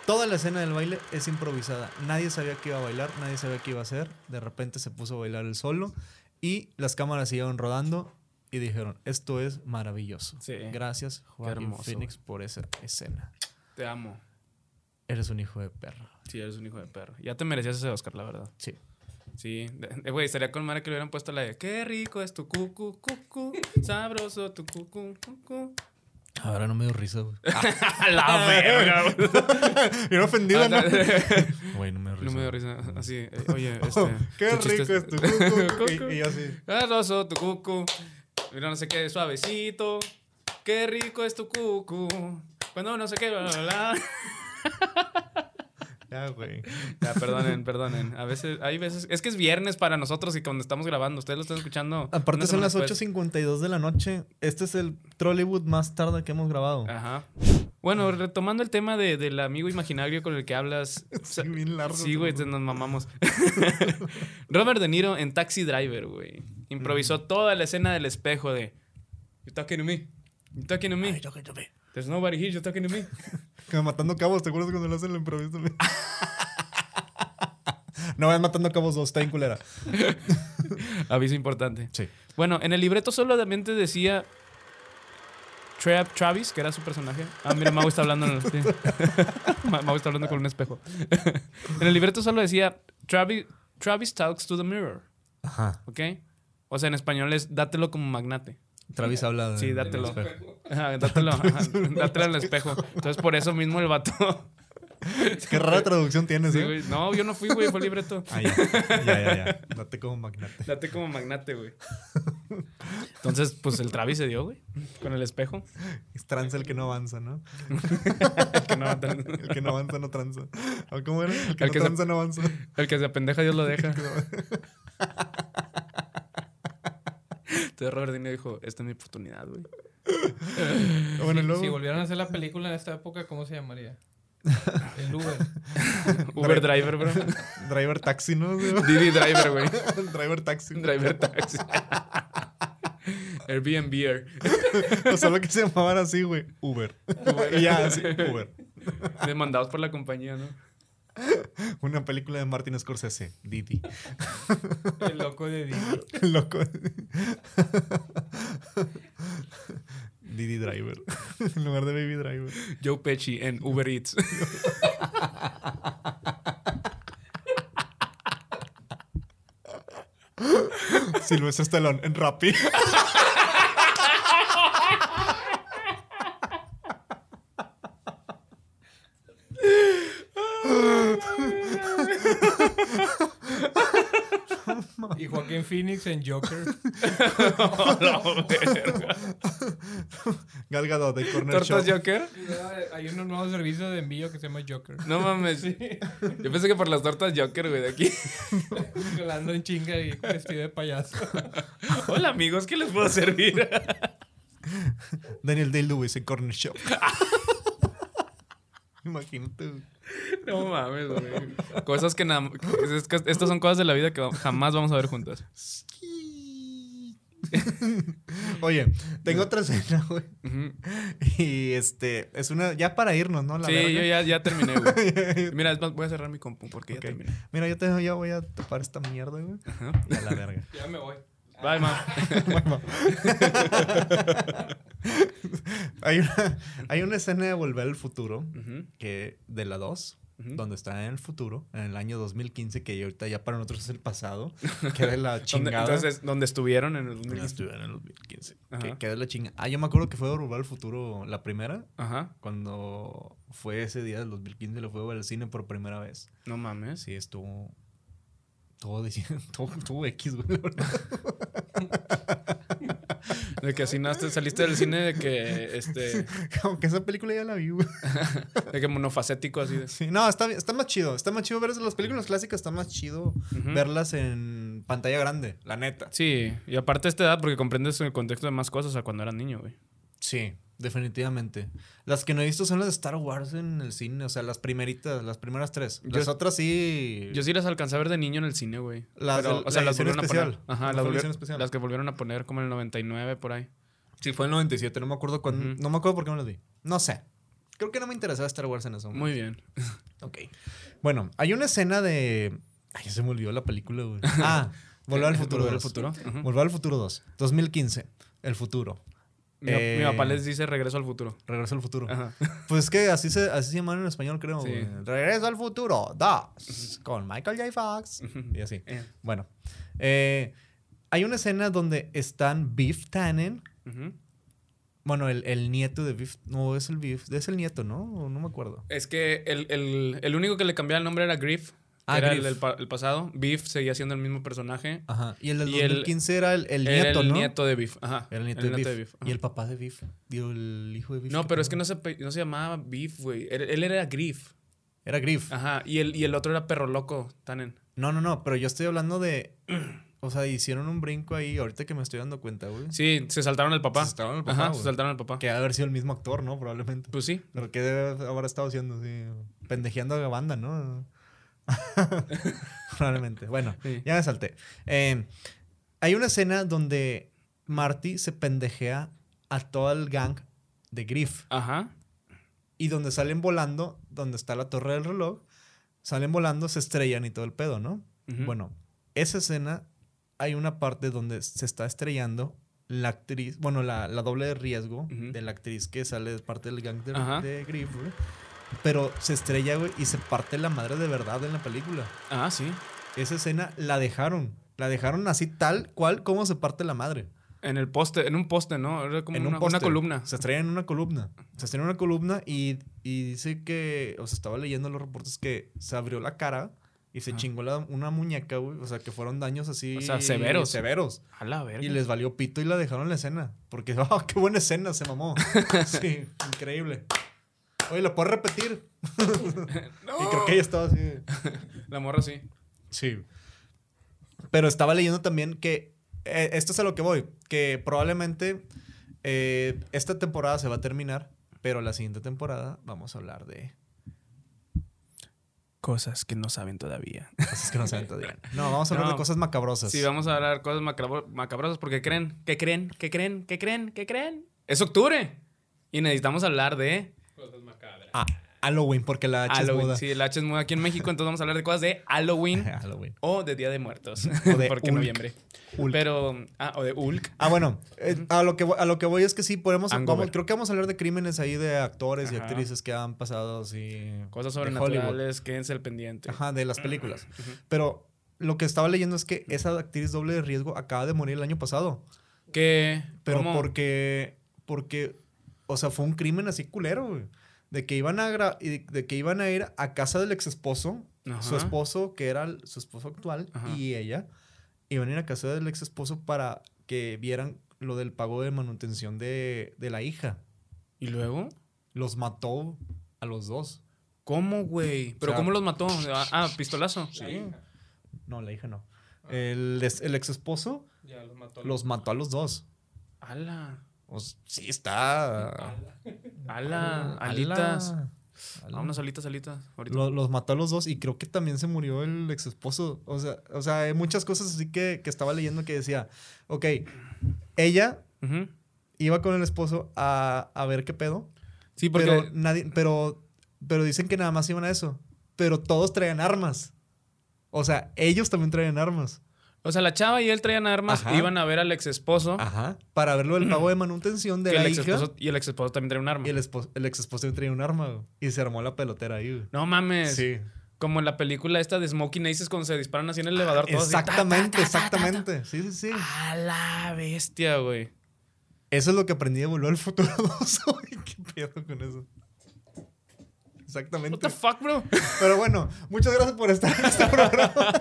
Speaker 3: Toda la escena del baile es improvisada. Nadie sabía que iba a bailar, nadie sabía qué iba a hacer. De repente se puso a bailar el solo. Y las cámaras siguieron rodando. Y dijeron: Esto es maravilloso.
Speaker 2: Sí.
Speaker 3: Gracias, Joaquín
Speaker 2: hermoso,
Speaker 3: Phoenix, por esa escena.
Speaker 2: Te amo.
Speaker 3: Eres un hijo de perro.
Speaker 2: Sí, eres un hijo de perro. Ya te merecías ese Oscar, la verdad.
Speaker 3: Sí.
Speaker 2: Sí. De- de- Güey, estaría con madre que le hubieran puesto la de Qué rico es tu cucu, cucu. Sabroso tu cucu, cucu.
Speaker 3: Ahora no me dio risa, güey.
Speaker 2: A la verga, güey.
Speaker 3: Era ofendido, ¿no?
Speaker 2: Ah,
Speaker 3: Güey, no me dio
Speaker 2: No
Speaker 3: risa.
Speaker 2: me dio risa. Así, eh, oye, este.
Speaker 3: Qué
Speaker 2: tu chiste
Speaker 3: rico es tu cucu.
Speaker 2: Cucu.
Speaker 3: Y, y yo así.
Speaker 2: Sabroso tu cucu. Mira, no sé qué, suavecito. Qué rico es tu cucu. Cuando no sé qué, bla, bla, bla.
Speaker 3: Ya, güey.
Speaker 2: Ya, perdonen, perdonen. A veces, hay veces. Es que es viernes para nosotros y cuando estamos grabando, ustedes lo están escuchando.
Speaker 3: Aparte
Speaker 2: una
Speaker 3: son
Speaker 2: semana
Speaker 3: las
Speaker 2: después.
Speaker 3: 8.52 de la noche. Este es el Trollywood más tarde que hemos grabado.
Speaker 2: Ajá. Bueno, retomando el tema de- del amigo imaginario con el que hablas.
Speaker 3: Sí, bien largo.
Speaker 2: Sí, güey, te- nos mamamos. Robert De Niro en Taxi Driver, güey. Improvisó toda la escena del espejo de You talking to me. You talking to me. There's nobody here, you talking to me.
Speaker 3: Que Matando cabos, ¿te acuerdas cuando lo hacen el improviso? güey? no, vayan matando cabos dos, está en culera.
Speaker 2: Aviso importante.
Speaker 3: Sí.
Speaker 2: Bueno, en el libreto solamente decía Tra- Travis, que era su personaje. Ah, mira, Mau está hablando. en el- sí. Ma- Mau está hablando con un espejo. en el libreto solo decía Travis, Travis talks to the mirror,
Speaker 3: Ajá.
Speaker 2: ¿ok? O sea, en español es dátelo como magnate.
Speaker 3: Travis habla de.
Speaker 2: Sí, dátelo.
Speaker 3: del Ah, espejo.
Speaker 2: Ajá, dátelo, ajá, dátelo en el espejo. Entonces, por eso mismo el vato.
Speaker 3: Qué rara traducción tienes,
Speaker 2: Sí,
Speaker 3: ¿eh?
Speaker 2: güey. No, yo no fui, güey, fue el libreto.
Speaker 3: Ah, ya. Ya, ya, ya. Date como magnate.
Speaker 2: Date como magnate, güey. Entonces, pues el Travis se dio, güey, con el espejo.
Speaker 3: Es tranza el que no avanza, ¿no?
Speaker 2: Que no va a tener-
Speaker 3: El que no avanza no tranza. ¿O cómo era? El que
Speaker 2: El
Speaker 3: no
Speaker 2: que se-
Speaker 3: tranza no avanza.
Speaker 2: El que se apendeja, Dios lo deja. Entonces Robert De Niro dijo, esta es mi oportunidad, güey.
Speaker 3: Bueno, y
Speaker 4: Si
Speaker 3: luego.
Speaker 4: volvieran a hacer la película en esta época, ¿cómo se llamaría? El Uber.
Speaker 2: Uber Driver, bro.
Speaker 3: Driver taxi, ¿no?
Speaker 2: Didi Driver, güey.
Speaker 3: driver taxi.
Speaker 2: Driver Taxi. Airbnb.
Speaker 3: O solo que se llamaban así, güey. Uber. Y ya, así, Uber.
Speaker 2: Demandados por la compañía, ¿no?
Speaker 3: Una película de Martin Scorsese, Didi.
Speaker 4: El loco de Didi.
Speaker 3: Loco. Didi Driver. En lugar de Baby Driver.
Speaker 2: Joe Pesci en Uber Eats.
Speaker 3: Silvestre Stallone en Rappi.
Speaker 4: Y Joaquín Phoenix en Joker.
Speaker 3: Gal Gadot de Corner Shop.
Speaker 2: ¿Tortas Joker?
Speaker 4: Hay un nuevo servicio de envío que se llama Joker.
Speaker 2: No mames. Yo pensé que por las tortas Joker, güey, de aquí.
Speaker 4: Que la ando en chinga y vestido de payaso.
Speaker 2: Hola, amigos, ¿qué les puedo servir?
Speaker 3: Daniel Day-Lewis en Corner Shop. Imagínate. güey.
Speaker 2: No mames, güey. Cosas que nada. es que Estas son cosas de la vida que va- jamás vamos a ver juntas.
Speaker 3: Oye, tengo otra escena, güey.
Speaker 2: Ujú.
Speaker 3: Y este, es una. Ya para irnos, ¿no? La
Speaker 2: Sí, yo
Speaker 3: verga.
Speaker 2: ya, ya terminé, güey. Mira, es más, voy a cerrar mi compu porque
Speaker 3: Ok.
Speaker 2: ya terminé.
Speaker 3: Mira, yo te, ya voy a tapar esta mierda, güey.
Speaker 2: Ajá.
Speaker 3: Y a la verga.
Speaker 4: Ya me voy.
Speaker 2: Bye, ma.
Speaker 3: Bueno. hay, una, hay una escena de Volver al Futuro
Speaker 2: Ujú,
Speaker 3: que de la 2,
Speaker 2: ujú.
Speaker 3: donde está en el futuro, en el año 2015, que ahorita ya para nosotros es el pasado, que de la
Speaker 2: ¿Dónde,
Speaker 3: chingada.
Speaker 2: entonces, ¿dónde estuvieron en el
Speaker 3: Mira,
Speaker 2: 2015?
Speaker 3: estuvieron en el 2015. Que,
Speaker 2: Ajá.
Speaker 3: que de la chingada. Ah, yo me acuerdo que fue Volver al Futuro la primera,
Speaker 2: Ajá.
Speaker 3: cuando fue ese día del 2015, lo fue a ver al cine por primera vez.
Speaker 2: No mames.
Speaker 3: Sí, estuvo. Todo diciendo. Todo, todo X, güey, la verdad.
Speaker 2: De que así naciste- saliste del cine de que, este,
Speaker 3: Como que esa película ya la vi, güey.
Speaker 2: de que monofacético así de.
Speaker 3: Sí, no, está, bien- está más chido. Está más chido ver las películas clásicas, está más chido
Speaker 2: Ujú.
Speaker 3: verlas en pantalla grande, la neta.
Speaker 2: Sí, y aparte a esta edad, porque comprendes el contexto de más cosas a cuando eras niño, güey.
Speaker 3: Sí, definitivamente. Las que no he visto son las de Star Wars en el cine, o sea, las primeritas, las primeras tres.
Speaker 2: Yo-
Speaker 3: Las otras sí.
Speaker 2: Yo sí las alcancé a ver de niño en el cine, güey.
Speaker 3: Las del- la edición
Speaker 2: volvieron a
Speaker 3: especial.
Speaker 2: poner. Ajá,
Speaker 3: ¿No
Speaker 2: las,
Speaker 3: fue la edición
Speaker 2: volvieron-
Speaker 3: especial?
Speaker 2: las que volvieron a poner como en el 99 por ahí.
Speaker 3: Sí, fue en el 97, no me acuerdo cuándo.
Speaker 2: Ujú.
Speaker 3: No me acuerdo por qué me las vi. No sé. Creo que no me interesaba Star Wars en eso.
Speaker 2: Muy bien.
Speaker 3: Ok. Bueno, hay una escena de. Ay, ya se me olvidó la película, güey. Ah, Volver al futuro.
Speaker 2: Eh, Volver al
Speaker 3: 2.
Speaker 2: futuro. Ujú.
Speaker 3: Volver al futuro 2. 2015. El futuro.
Speaker 2: Mi,
Speaker 3: Eh,
Speaker 2: mi papá les dice regreso al futuro.
Speaker 3: Regreso al futuro.
Speaker 2: Ajá.
Speaker 3: Pues es que así se, así se llaman en español, creo.
Speaker 2: Sí.
Speaker 3: güey. Regreso al futuro 2. Con Michael J. Fox.
Speaker 2: Ujú.
Speaker 3: Y así.
Speaker 2: Eh,
Speaker 3: Bueno. eh, hay una escena donde están Beef Tannen.
Speaker 2: ujú.
Speaker 3: Bueno, el, el nieto de Beef. No, es el Beef. Es el nieto, ¿no? No me acuerdo.
Speaker 2: Es que el, el- el único que le cambiaba el nombre era Griff. que
Speaker 3: Ah,
Speaker 2: era
Speaker 3: Griff.
Speaker 2: El, del pa- el pasado. Beef seguía siendo el mismo personaje.
Speaker 3: Ajá. Y el del
Speaker 2: Y el-
Speaker 3: 2015 era el, el
Speaker 2: Era
Speaker 3: nieto,
Speaker 2: el
Speaker 3: ¿no?
Speaker 2: nieto de Biff. Ajá.
Speaker 3: Era el nieto, de, Biff.
Speaker 2: Biff, ajá.
Speaker 3: Y el papá de Biff. Digo, el hijo de Biff.
Speaker 2: No,
Speaker 3: ¿qué
Speaker 2: pero es
Speaker 3: pedo?
Speaker 2: que no se, pe- no se llamaba Biff, güey. Él, él era Griff.
Speaker 3: Era Griff.
Speaker 2: Ajá. Y el, y el otro era Perro Loco, Tannen.
Speaker 3: No, no, no. Pero yo estoy hablando de. O sea, hicieron un brinco ahí. Ahorita que me estoy dando cuenta, güey.
Speaker 2: Sí, se saltaron al papá.
Speaker 3: Se saltaron al papá,
Speaker 2: Ajá,
Speaker 3: güey.
Speaker 2: se saltaron al papá.
Speaker 3: Que debe haber sido el mismo actor, ¿no? Probablemente.
Speaker 2: Pues sí.
Speaker 3: Pero que debe haber estado haciendo, sí. Pendejeando a la banda, ¿no? Probablemente. Bueno,
Speaker 2: Sí.
Speaker 3: ya me salté. Eh, hay una escena donde Marty se pendejea a todo el gang de Griff.
Speaker 2: Ajá.
Speaker 3: Y donde salen volando, donde está la torre del reloj, salen volando, se estrellan y todo el pedo, ¿no?
Speaker 2: Ujú.
Speaker 3: Bueno, esa escena hay una parte donde se está estrellando la actriz, bueno, la, la doble de riesgo
Speaker 2: Ujú.
Speaker 3: de la actriz que sale de parte del gang de,
Speaker 2: Ajá.
Speaker 3: de Griff, güey. Pero se estrella, güey, y se parte la madre de verdad en la película.
Speaker 2: Ah, sí.
Speaker 3: Esa escena la dejaron. La dejaron así tal cual como se parte la madre.
Speaker 2: En el poste, en un poste, ¿no? Era como
Speaker 3: en
Speaker 2: una,
Speaker 3: un poste.
Speaker 2: una columna.
Speaker 3: Se estrella en una columna. Se estrella en una columna y, y dice que, o sea, estaba leyendo los reportes que se abrió la cara y se
Speaker 2: Ajá.
Speaker 3: chingó la- una muñeca, güey. O sea, que fueron daños así.
Speaker 2: O sea, severos.
Speaker 3: Severos.
Speaker 2: A la verga.
Speaker 3: Y les valió pito y la dejaron la escena. Porque, ¡ah, qué buena escena! Se mamó. sí, increíble. Oye, ¿lo puedo repetir? Y creo que ella estaba así. de-
Speaker 2: La morra sí.
Speaker 3: Sí. Pero estaba leyendo también que. eh, esto es a lo que voy. Que probablemente eh, esta temporada se va a terminar. Pero la siguiente temporada vamos a hablar de.
Speaker 2: Cosas que no saben todavía.
Speaker 3: Cosas que no se ven todavía. No, vamos a hablar
Speaker 2: No.
Speaker 3: de cosas macabrosas.
Speaker 2: Sí, vamos a hablar cosas macabro- macabrosas porque creen, ¿qué creen? ¿Qué creen? ¿Qué creen? ¿Qué creen? Es octubre. Y necesitamos hablar de
Speaker 4: Cosas macabras.
Speaker 3: Ah, Halloween, porque la H es
Speaker 2: Halloween.
Speaker 3: muda.
Speaker 2: Sí, el H es muy aquí en México, entonces vamos a hablar de cosas de Halloween
Speaker 3: Halloween.
Speaker 2: o de Día de Muertos.
Speaker 3: O de
Speaker 2: porque
Speaker 3: Hulk.
Speaker 2: noviembre.
Speaker 3: Hulk.
Speaker 2: Pero, ah, o de Hulk.
Speaker 3: Ah, bueno, eh, a, lo que, vo- a lo que voy es que sí, podemos.
Speaker 2: Hangover.
Speaker 3: vamos- creo que vamos a hablar de crímenes ahí de actores y
Speaker 2: Ajá.
Speaker 3: actrices que han pasado así.
Speaker 2: Cosas
Speaker 3: de Hollywood.
Speaker 2: sobrenaturales, quédense al pendiente.
Speaker 3: Ajá, de las películas. Pero lo que estaba leyendo es que esa actriz doble de riesgo acaba de morir el año pasado.
Speaker 2: Que,
Speaker 3: Pero
Speaker 2: ¿cómo?
Speaker 3: porque. Porque. O sea, fue un crimen así culero, güey. De que iban a gra- y de que iban a ir a casa del ex esposo. Su
Speaker 2: Ajá.
Speaker 3: esposo, que era el- su esposo actual,
Speaker 2: Ajá.
Speaker 3: y ella. Iban a ir a casa del ex esposo para que vieran lo del pago de manutención de, de la hija.
Speaker 2: ¿Y luego?
Speaker 3: Los mató a los dos.
Speaker 2: ¿Cómo, güey? ¿Pero
Speaker 3: O sea-
Speaker 2: cómo los mató? Ah, Ah, pistolazo.
Speaker 3: No, la hija no.
Speaker 2: Ah.
Speaker 3: El, ex esposo
Speaker 4: Ya los mató.
Speaker 3: los mató a los dos.
Speaker 2: Ala.
Speaker 3: Pues, sí, está.
Speaker 2: Ala, alitas. Vámonos, alitas, alitas. Ahorita.
Speaker 3: Lo- los mató a los dos y creo que también se murió el ex esposo. O sea, o sea, hay muchas cosas así que, que estaba leyendo que decía, ok, ella
Speaker 2: Ujú.
Speaker 3: iba con el esposo a, a ver qué pedo,
Speaker 2: Sí, porque.
Speaker 3: pero nadie, pero, pero dicen que nada más iban a eso, pero todos traían armas. O sea, ellos también traían armas.
Speaker 2: o sea, la chava y él traían armas,
Speaker 3: Ajá.
Speaker 2: iban a ver al ex esposo.
Speaker 3: Ajá. Para verlo el pago de manutención de
Speaker 2: que
Speaker 3: la
Speaker 2: el ex
Speaker 3: hija.
Speaker 2: esposo y el ex esposo también traía un arma.
Speaker 3: Y el, esposo, el ex esposo también traía un arma, güey, Y se armó la pelotera ahí, güey.
Speaker 2: No mames.
Speaker 3: Sí.
Speaker 2: Como en la película esta de Smoking Aces cuando se disparan así en el elevador todos. así,
Speaker 3: Ah, Exactamente, exactamente. Sí, sí, sí.
Speaker 2: A la bestia, güey.
Speaker 3: Eso es lo que aprendí de Volver al Futuro 2. güey. ¿Qué pedo con eso?
Speaker 2: What
Speaker 3: Exactamente.
Speaker 2: the fuck, bro.
Speaker 3: Pero bueno, muchas gracias por estar en este programa.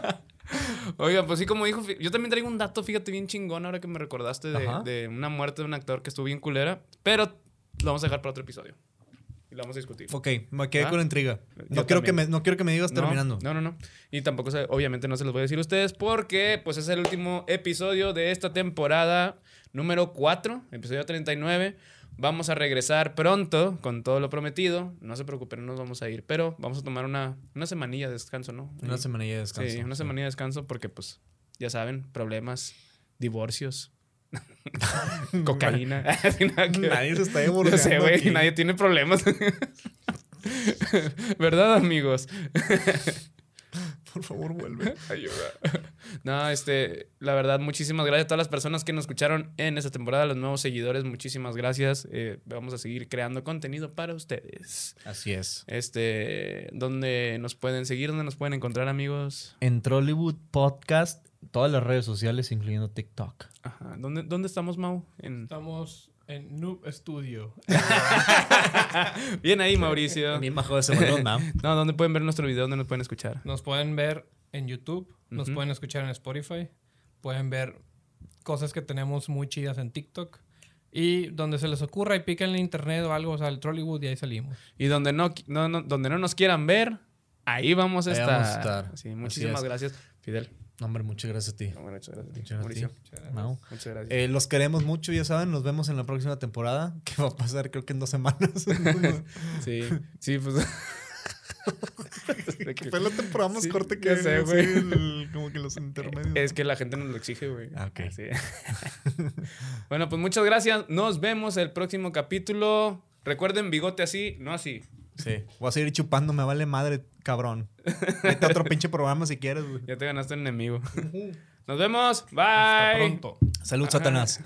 Speaker 2: Oiga, pues sí, como dijo, fi- yo también traigo un dato, fíjate, bien chingón ahora que me recordaste de,
Speaker 3: Ajá.
Speaker 2: de una muerte de un actor que estuvo bien culera, pero lo vamos a dejar para otro episodio. Y lo vamos a discutir.
Speaker 3: ok, me quedé
Speaker 2: Ah.
Speaker 3: con la intriga.
Speaker 2: Yo
Speaker 3: No quiero, que
Speaker 2: también.
Speaker 3: me, no quiero que me digas
Speaker 2: No,
Speaker 3: terminando.
Speaker 2: No, no, no. Y tampoco, se- obviamente, no se los voy a decir a ustedes porque, pues, es el último episodio de esta temporada número 4, episodio 39. Vamos a regresar pronto con todo lo prometido. No se preocupen, no nos vamos a ir, pero vamos a tomar una, una semanilla de descanso, ¿no?
Speaker 3: Una
Speaker 2: Sí.
Speaker 3: semanilla de descanso.
Speaker 2: Sí, una semanilla de descanso porque, pues, ya saben, problemas, divorcios, cocaína. Sin nada que ver.
Speaker 3: Nadie se está
Speaker 2: Yo
Speaker 3: divorciando.
Speaker 2: sé, güey,
Speaker 3: aquí.
Speaker 2: nadie tiene problemas. ¿Verdad, amigos?
Speaker 3: Por favor, vuelve.
Speaker 2: Ayuda. No, este, la verdad, muchísimas gracias a todas las personas que nos escucharon en esta temporada, los nuevos seguidores, muchísimas gracias. Eh, vamos a seguir creando contenido para ustedes.
Speaker 3: Así es.
Speaker 2: Este, donde nos pueden seguir, donde nos pueden encontrar, amigos.
Speaker 3: En Trollywood Podcast, todas las redes sociales, incluyendo TikTok.
Speaker 2: Ajá. ¿Dónde, dónde estamos, Mau? En-
Speaker 4: Estamos en Noob Studio.
Speaker 2: Bien ahí, Mauricio.
Speaker 3: Bien bajo ese balón, ¿no?
Speaker 2: No, ¿dónde pueden ver nuestro video? ¿Dónde nos pueden escuchar?
Speaker 4: Nos pueden ver en YouTube, nos
Speaker 2: Ujú.
Speaker 4: pueden escuchar en Spotify, pueden ver cosas que tenemos muy chidas en TikTok. Y donde se les ocurra y piquen en internet o algo, o sea, el Trollywood y ahí salimos.
Speaker 2: Y donde no, qui- no, no- donde no nos quieran ver, ahí vamos a
Speaker 3: Ahí
Speaker 2: estar.
Speaker 3: vamos a estar.
Speaker 2: Sí,
Speaker 3: Así
Speaker 2: muchísimas
Speaker 3: es.
Speaker 2: gracias. Fidel.
Speaker 3: No, hombre, muchas gracias a ti.
Speaker 2: No, bueno, muchas gracias.
Speaker 3: Muchas gracias a ti.
Speaker 2: Mauricio.
Speaker 3: Mau.
Speaker 2: Muchas gracias.
Speaker 3: Eh, los queremos mucho, ya saben. Nos vemos en la próxima temporada, que va a pasar creo que en dos semanas.
Speaker 2: Sí, sí, pues.
Speaker 3: Que Fue la temporada más
Speaker 2: Sí,
Speaker 3: corta que
Speaker 2: ya sé,
Speaker 3: así,
Speaker 2: güey. Eh,
Speaker 3: el- como que los intermedios.
Speaker 2: es que la gente nos lo exige, güey.
Speaker 3: Ah, ok.
Speaker 2: Así. bueno, pues muchas gracias. Nos vemos el próximo capítulo. Recuerden, bigote así, no así.
Speaker 3: Sí. Voy a seguir chupando, me vale madre, cabrón. Vete a otro pinche programa si quieres, güey.
Speaker 2: Ya te ganaste un enemigo. nos vemos. Bye.
Speaker 4: Hasta pronto.
Speaker 3: Salud, Satanás.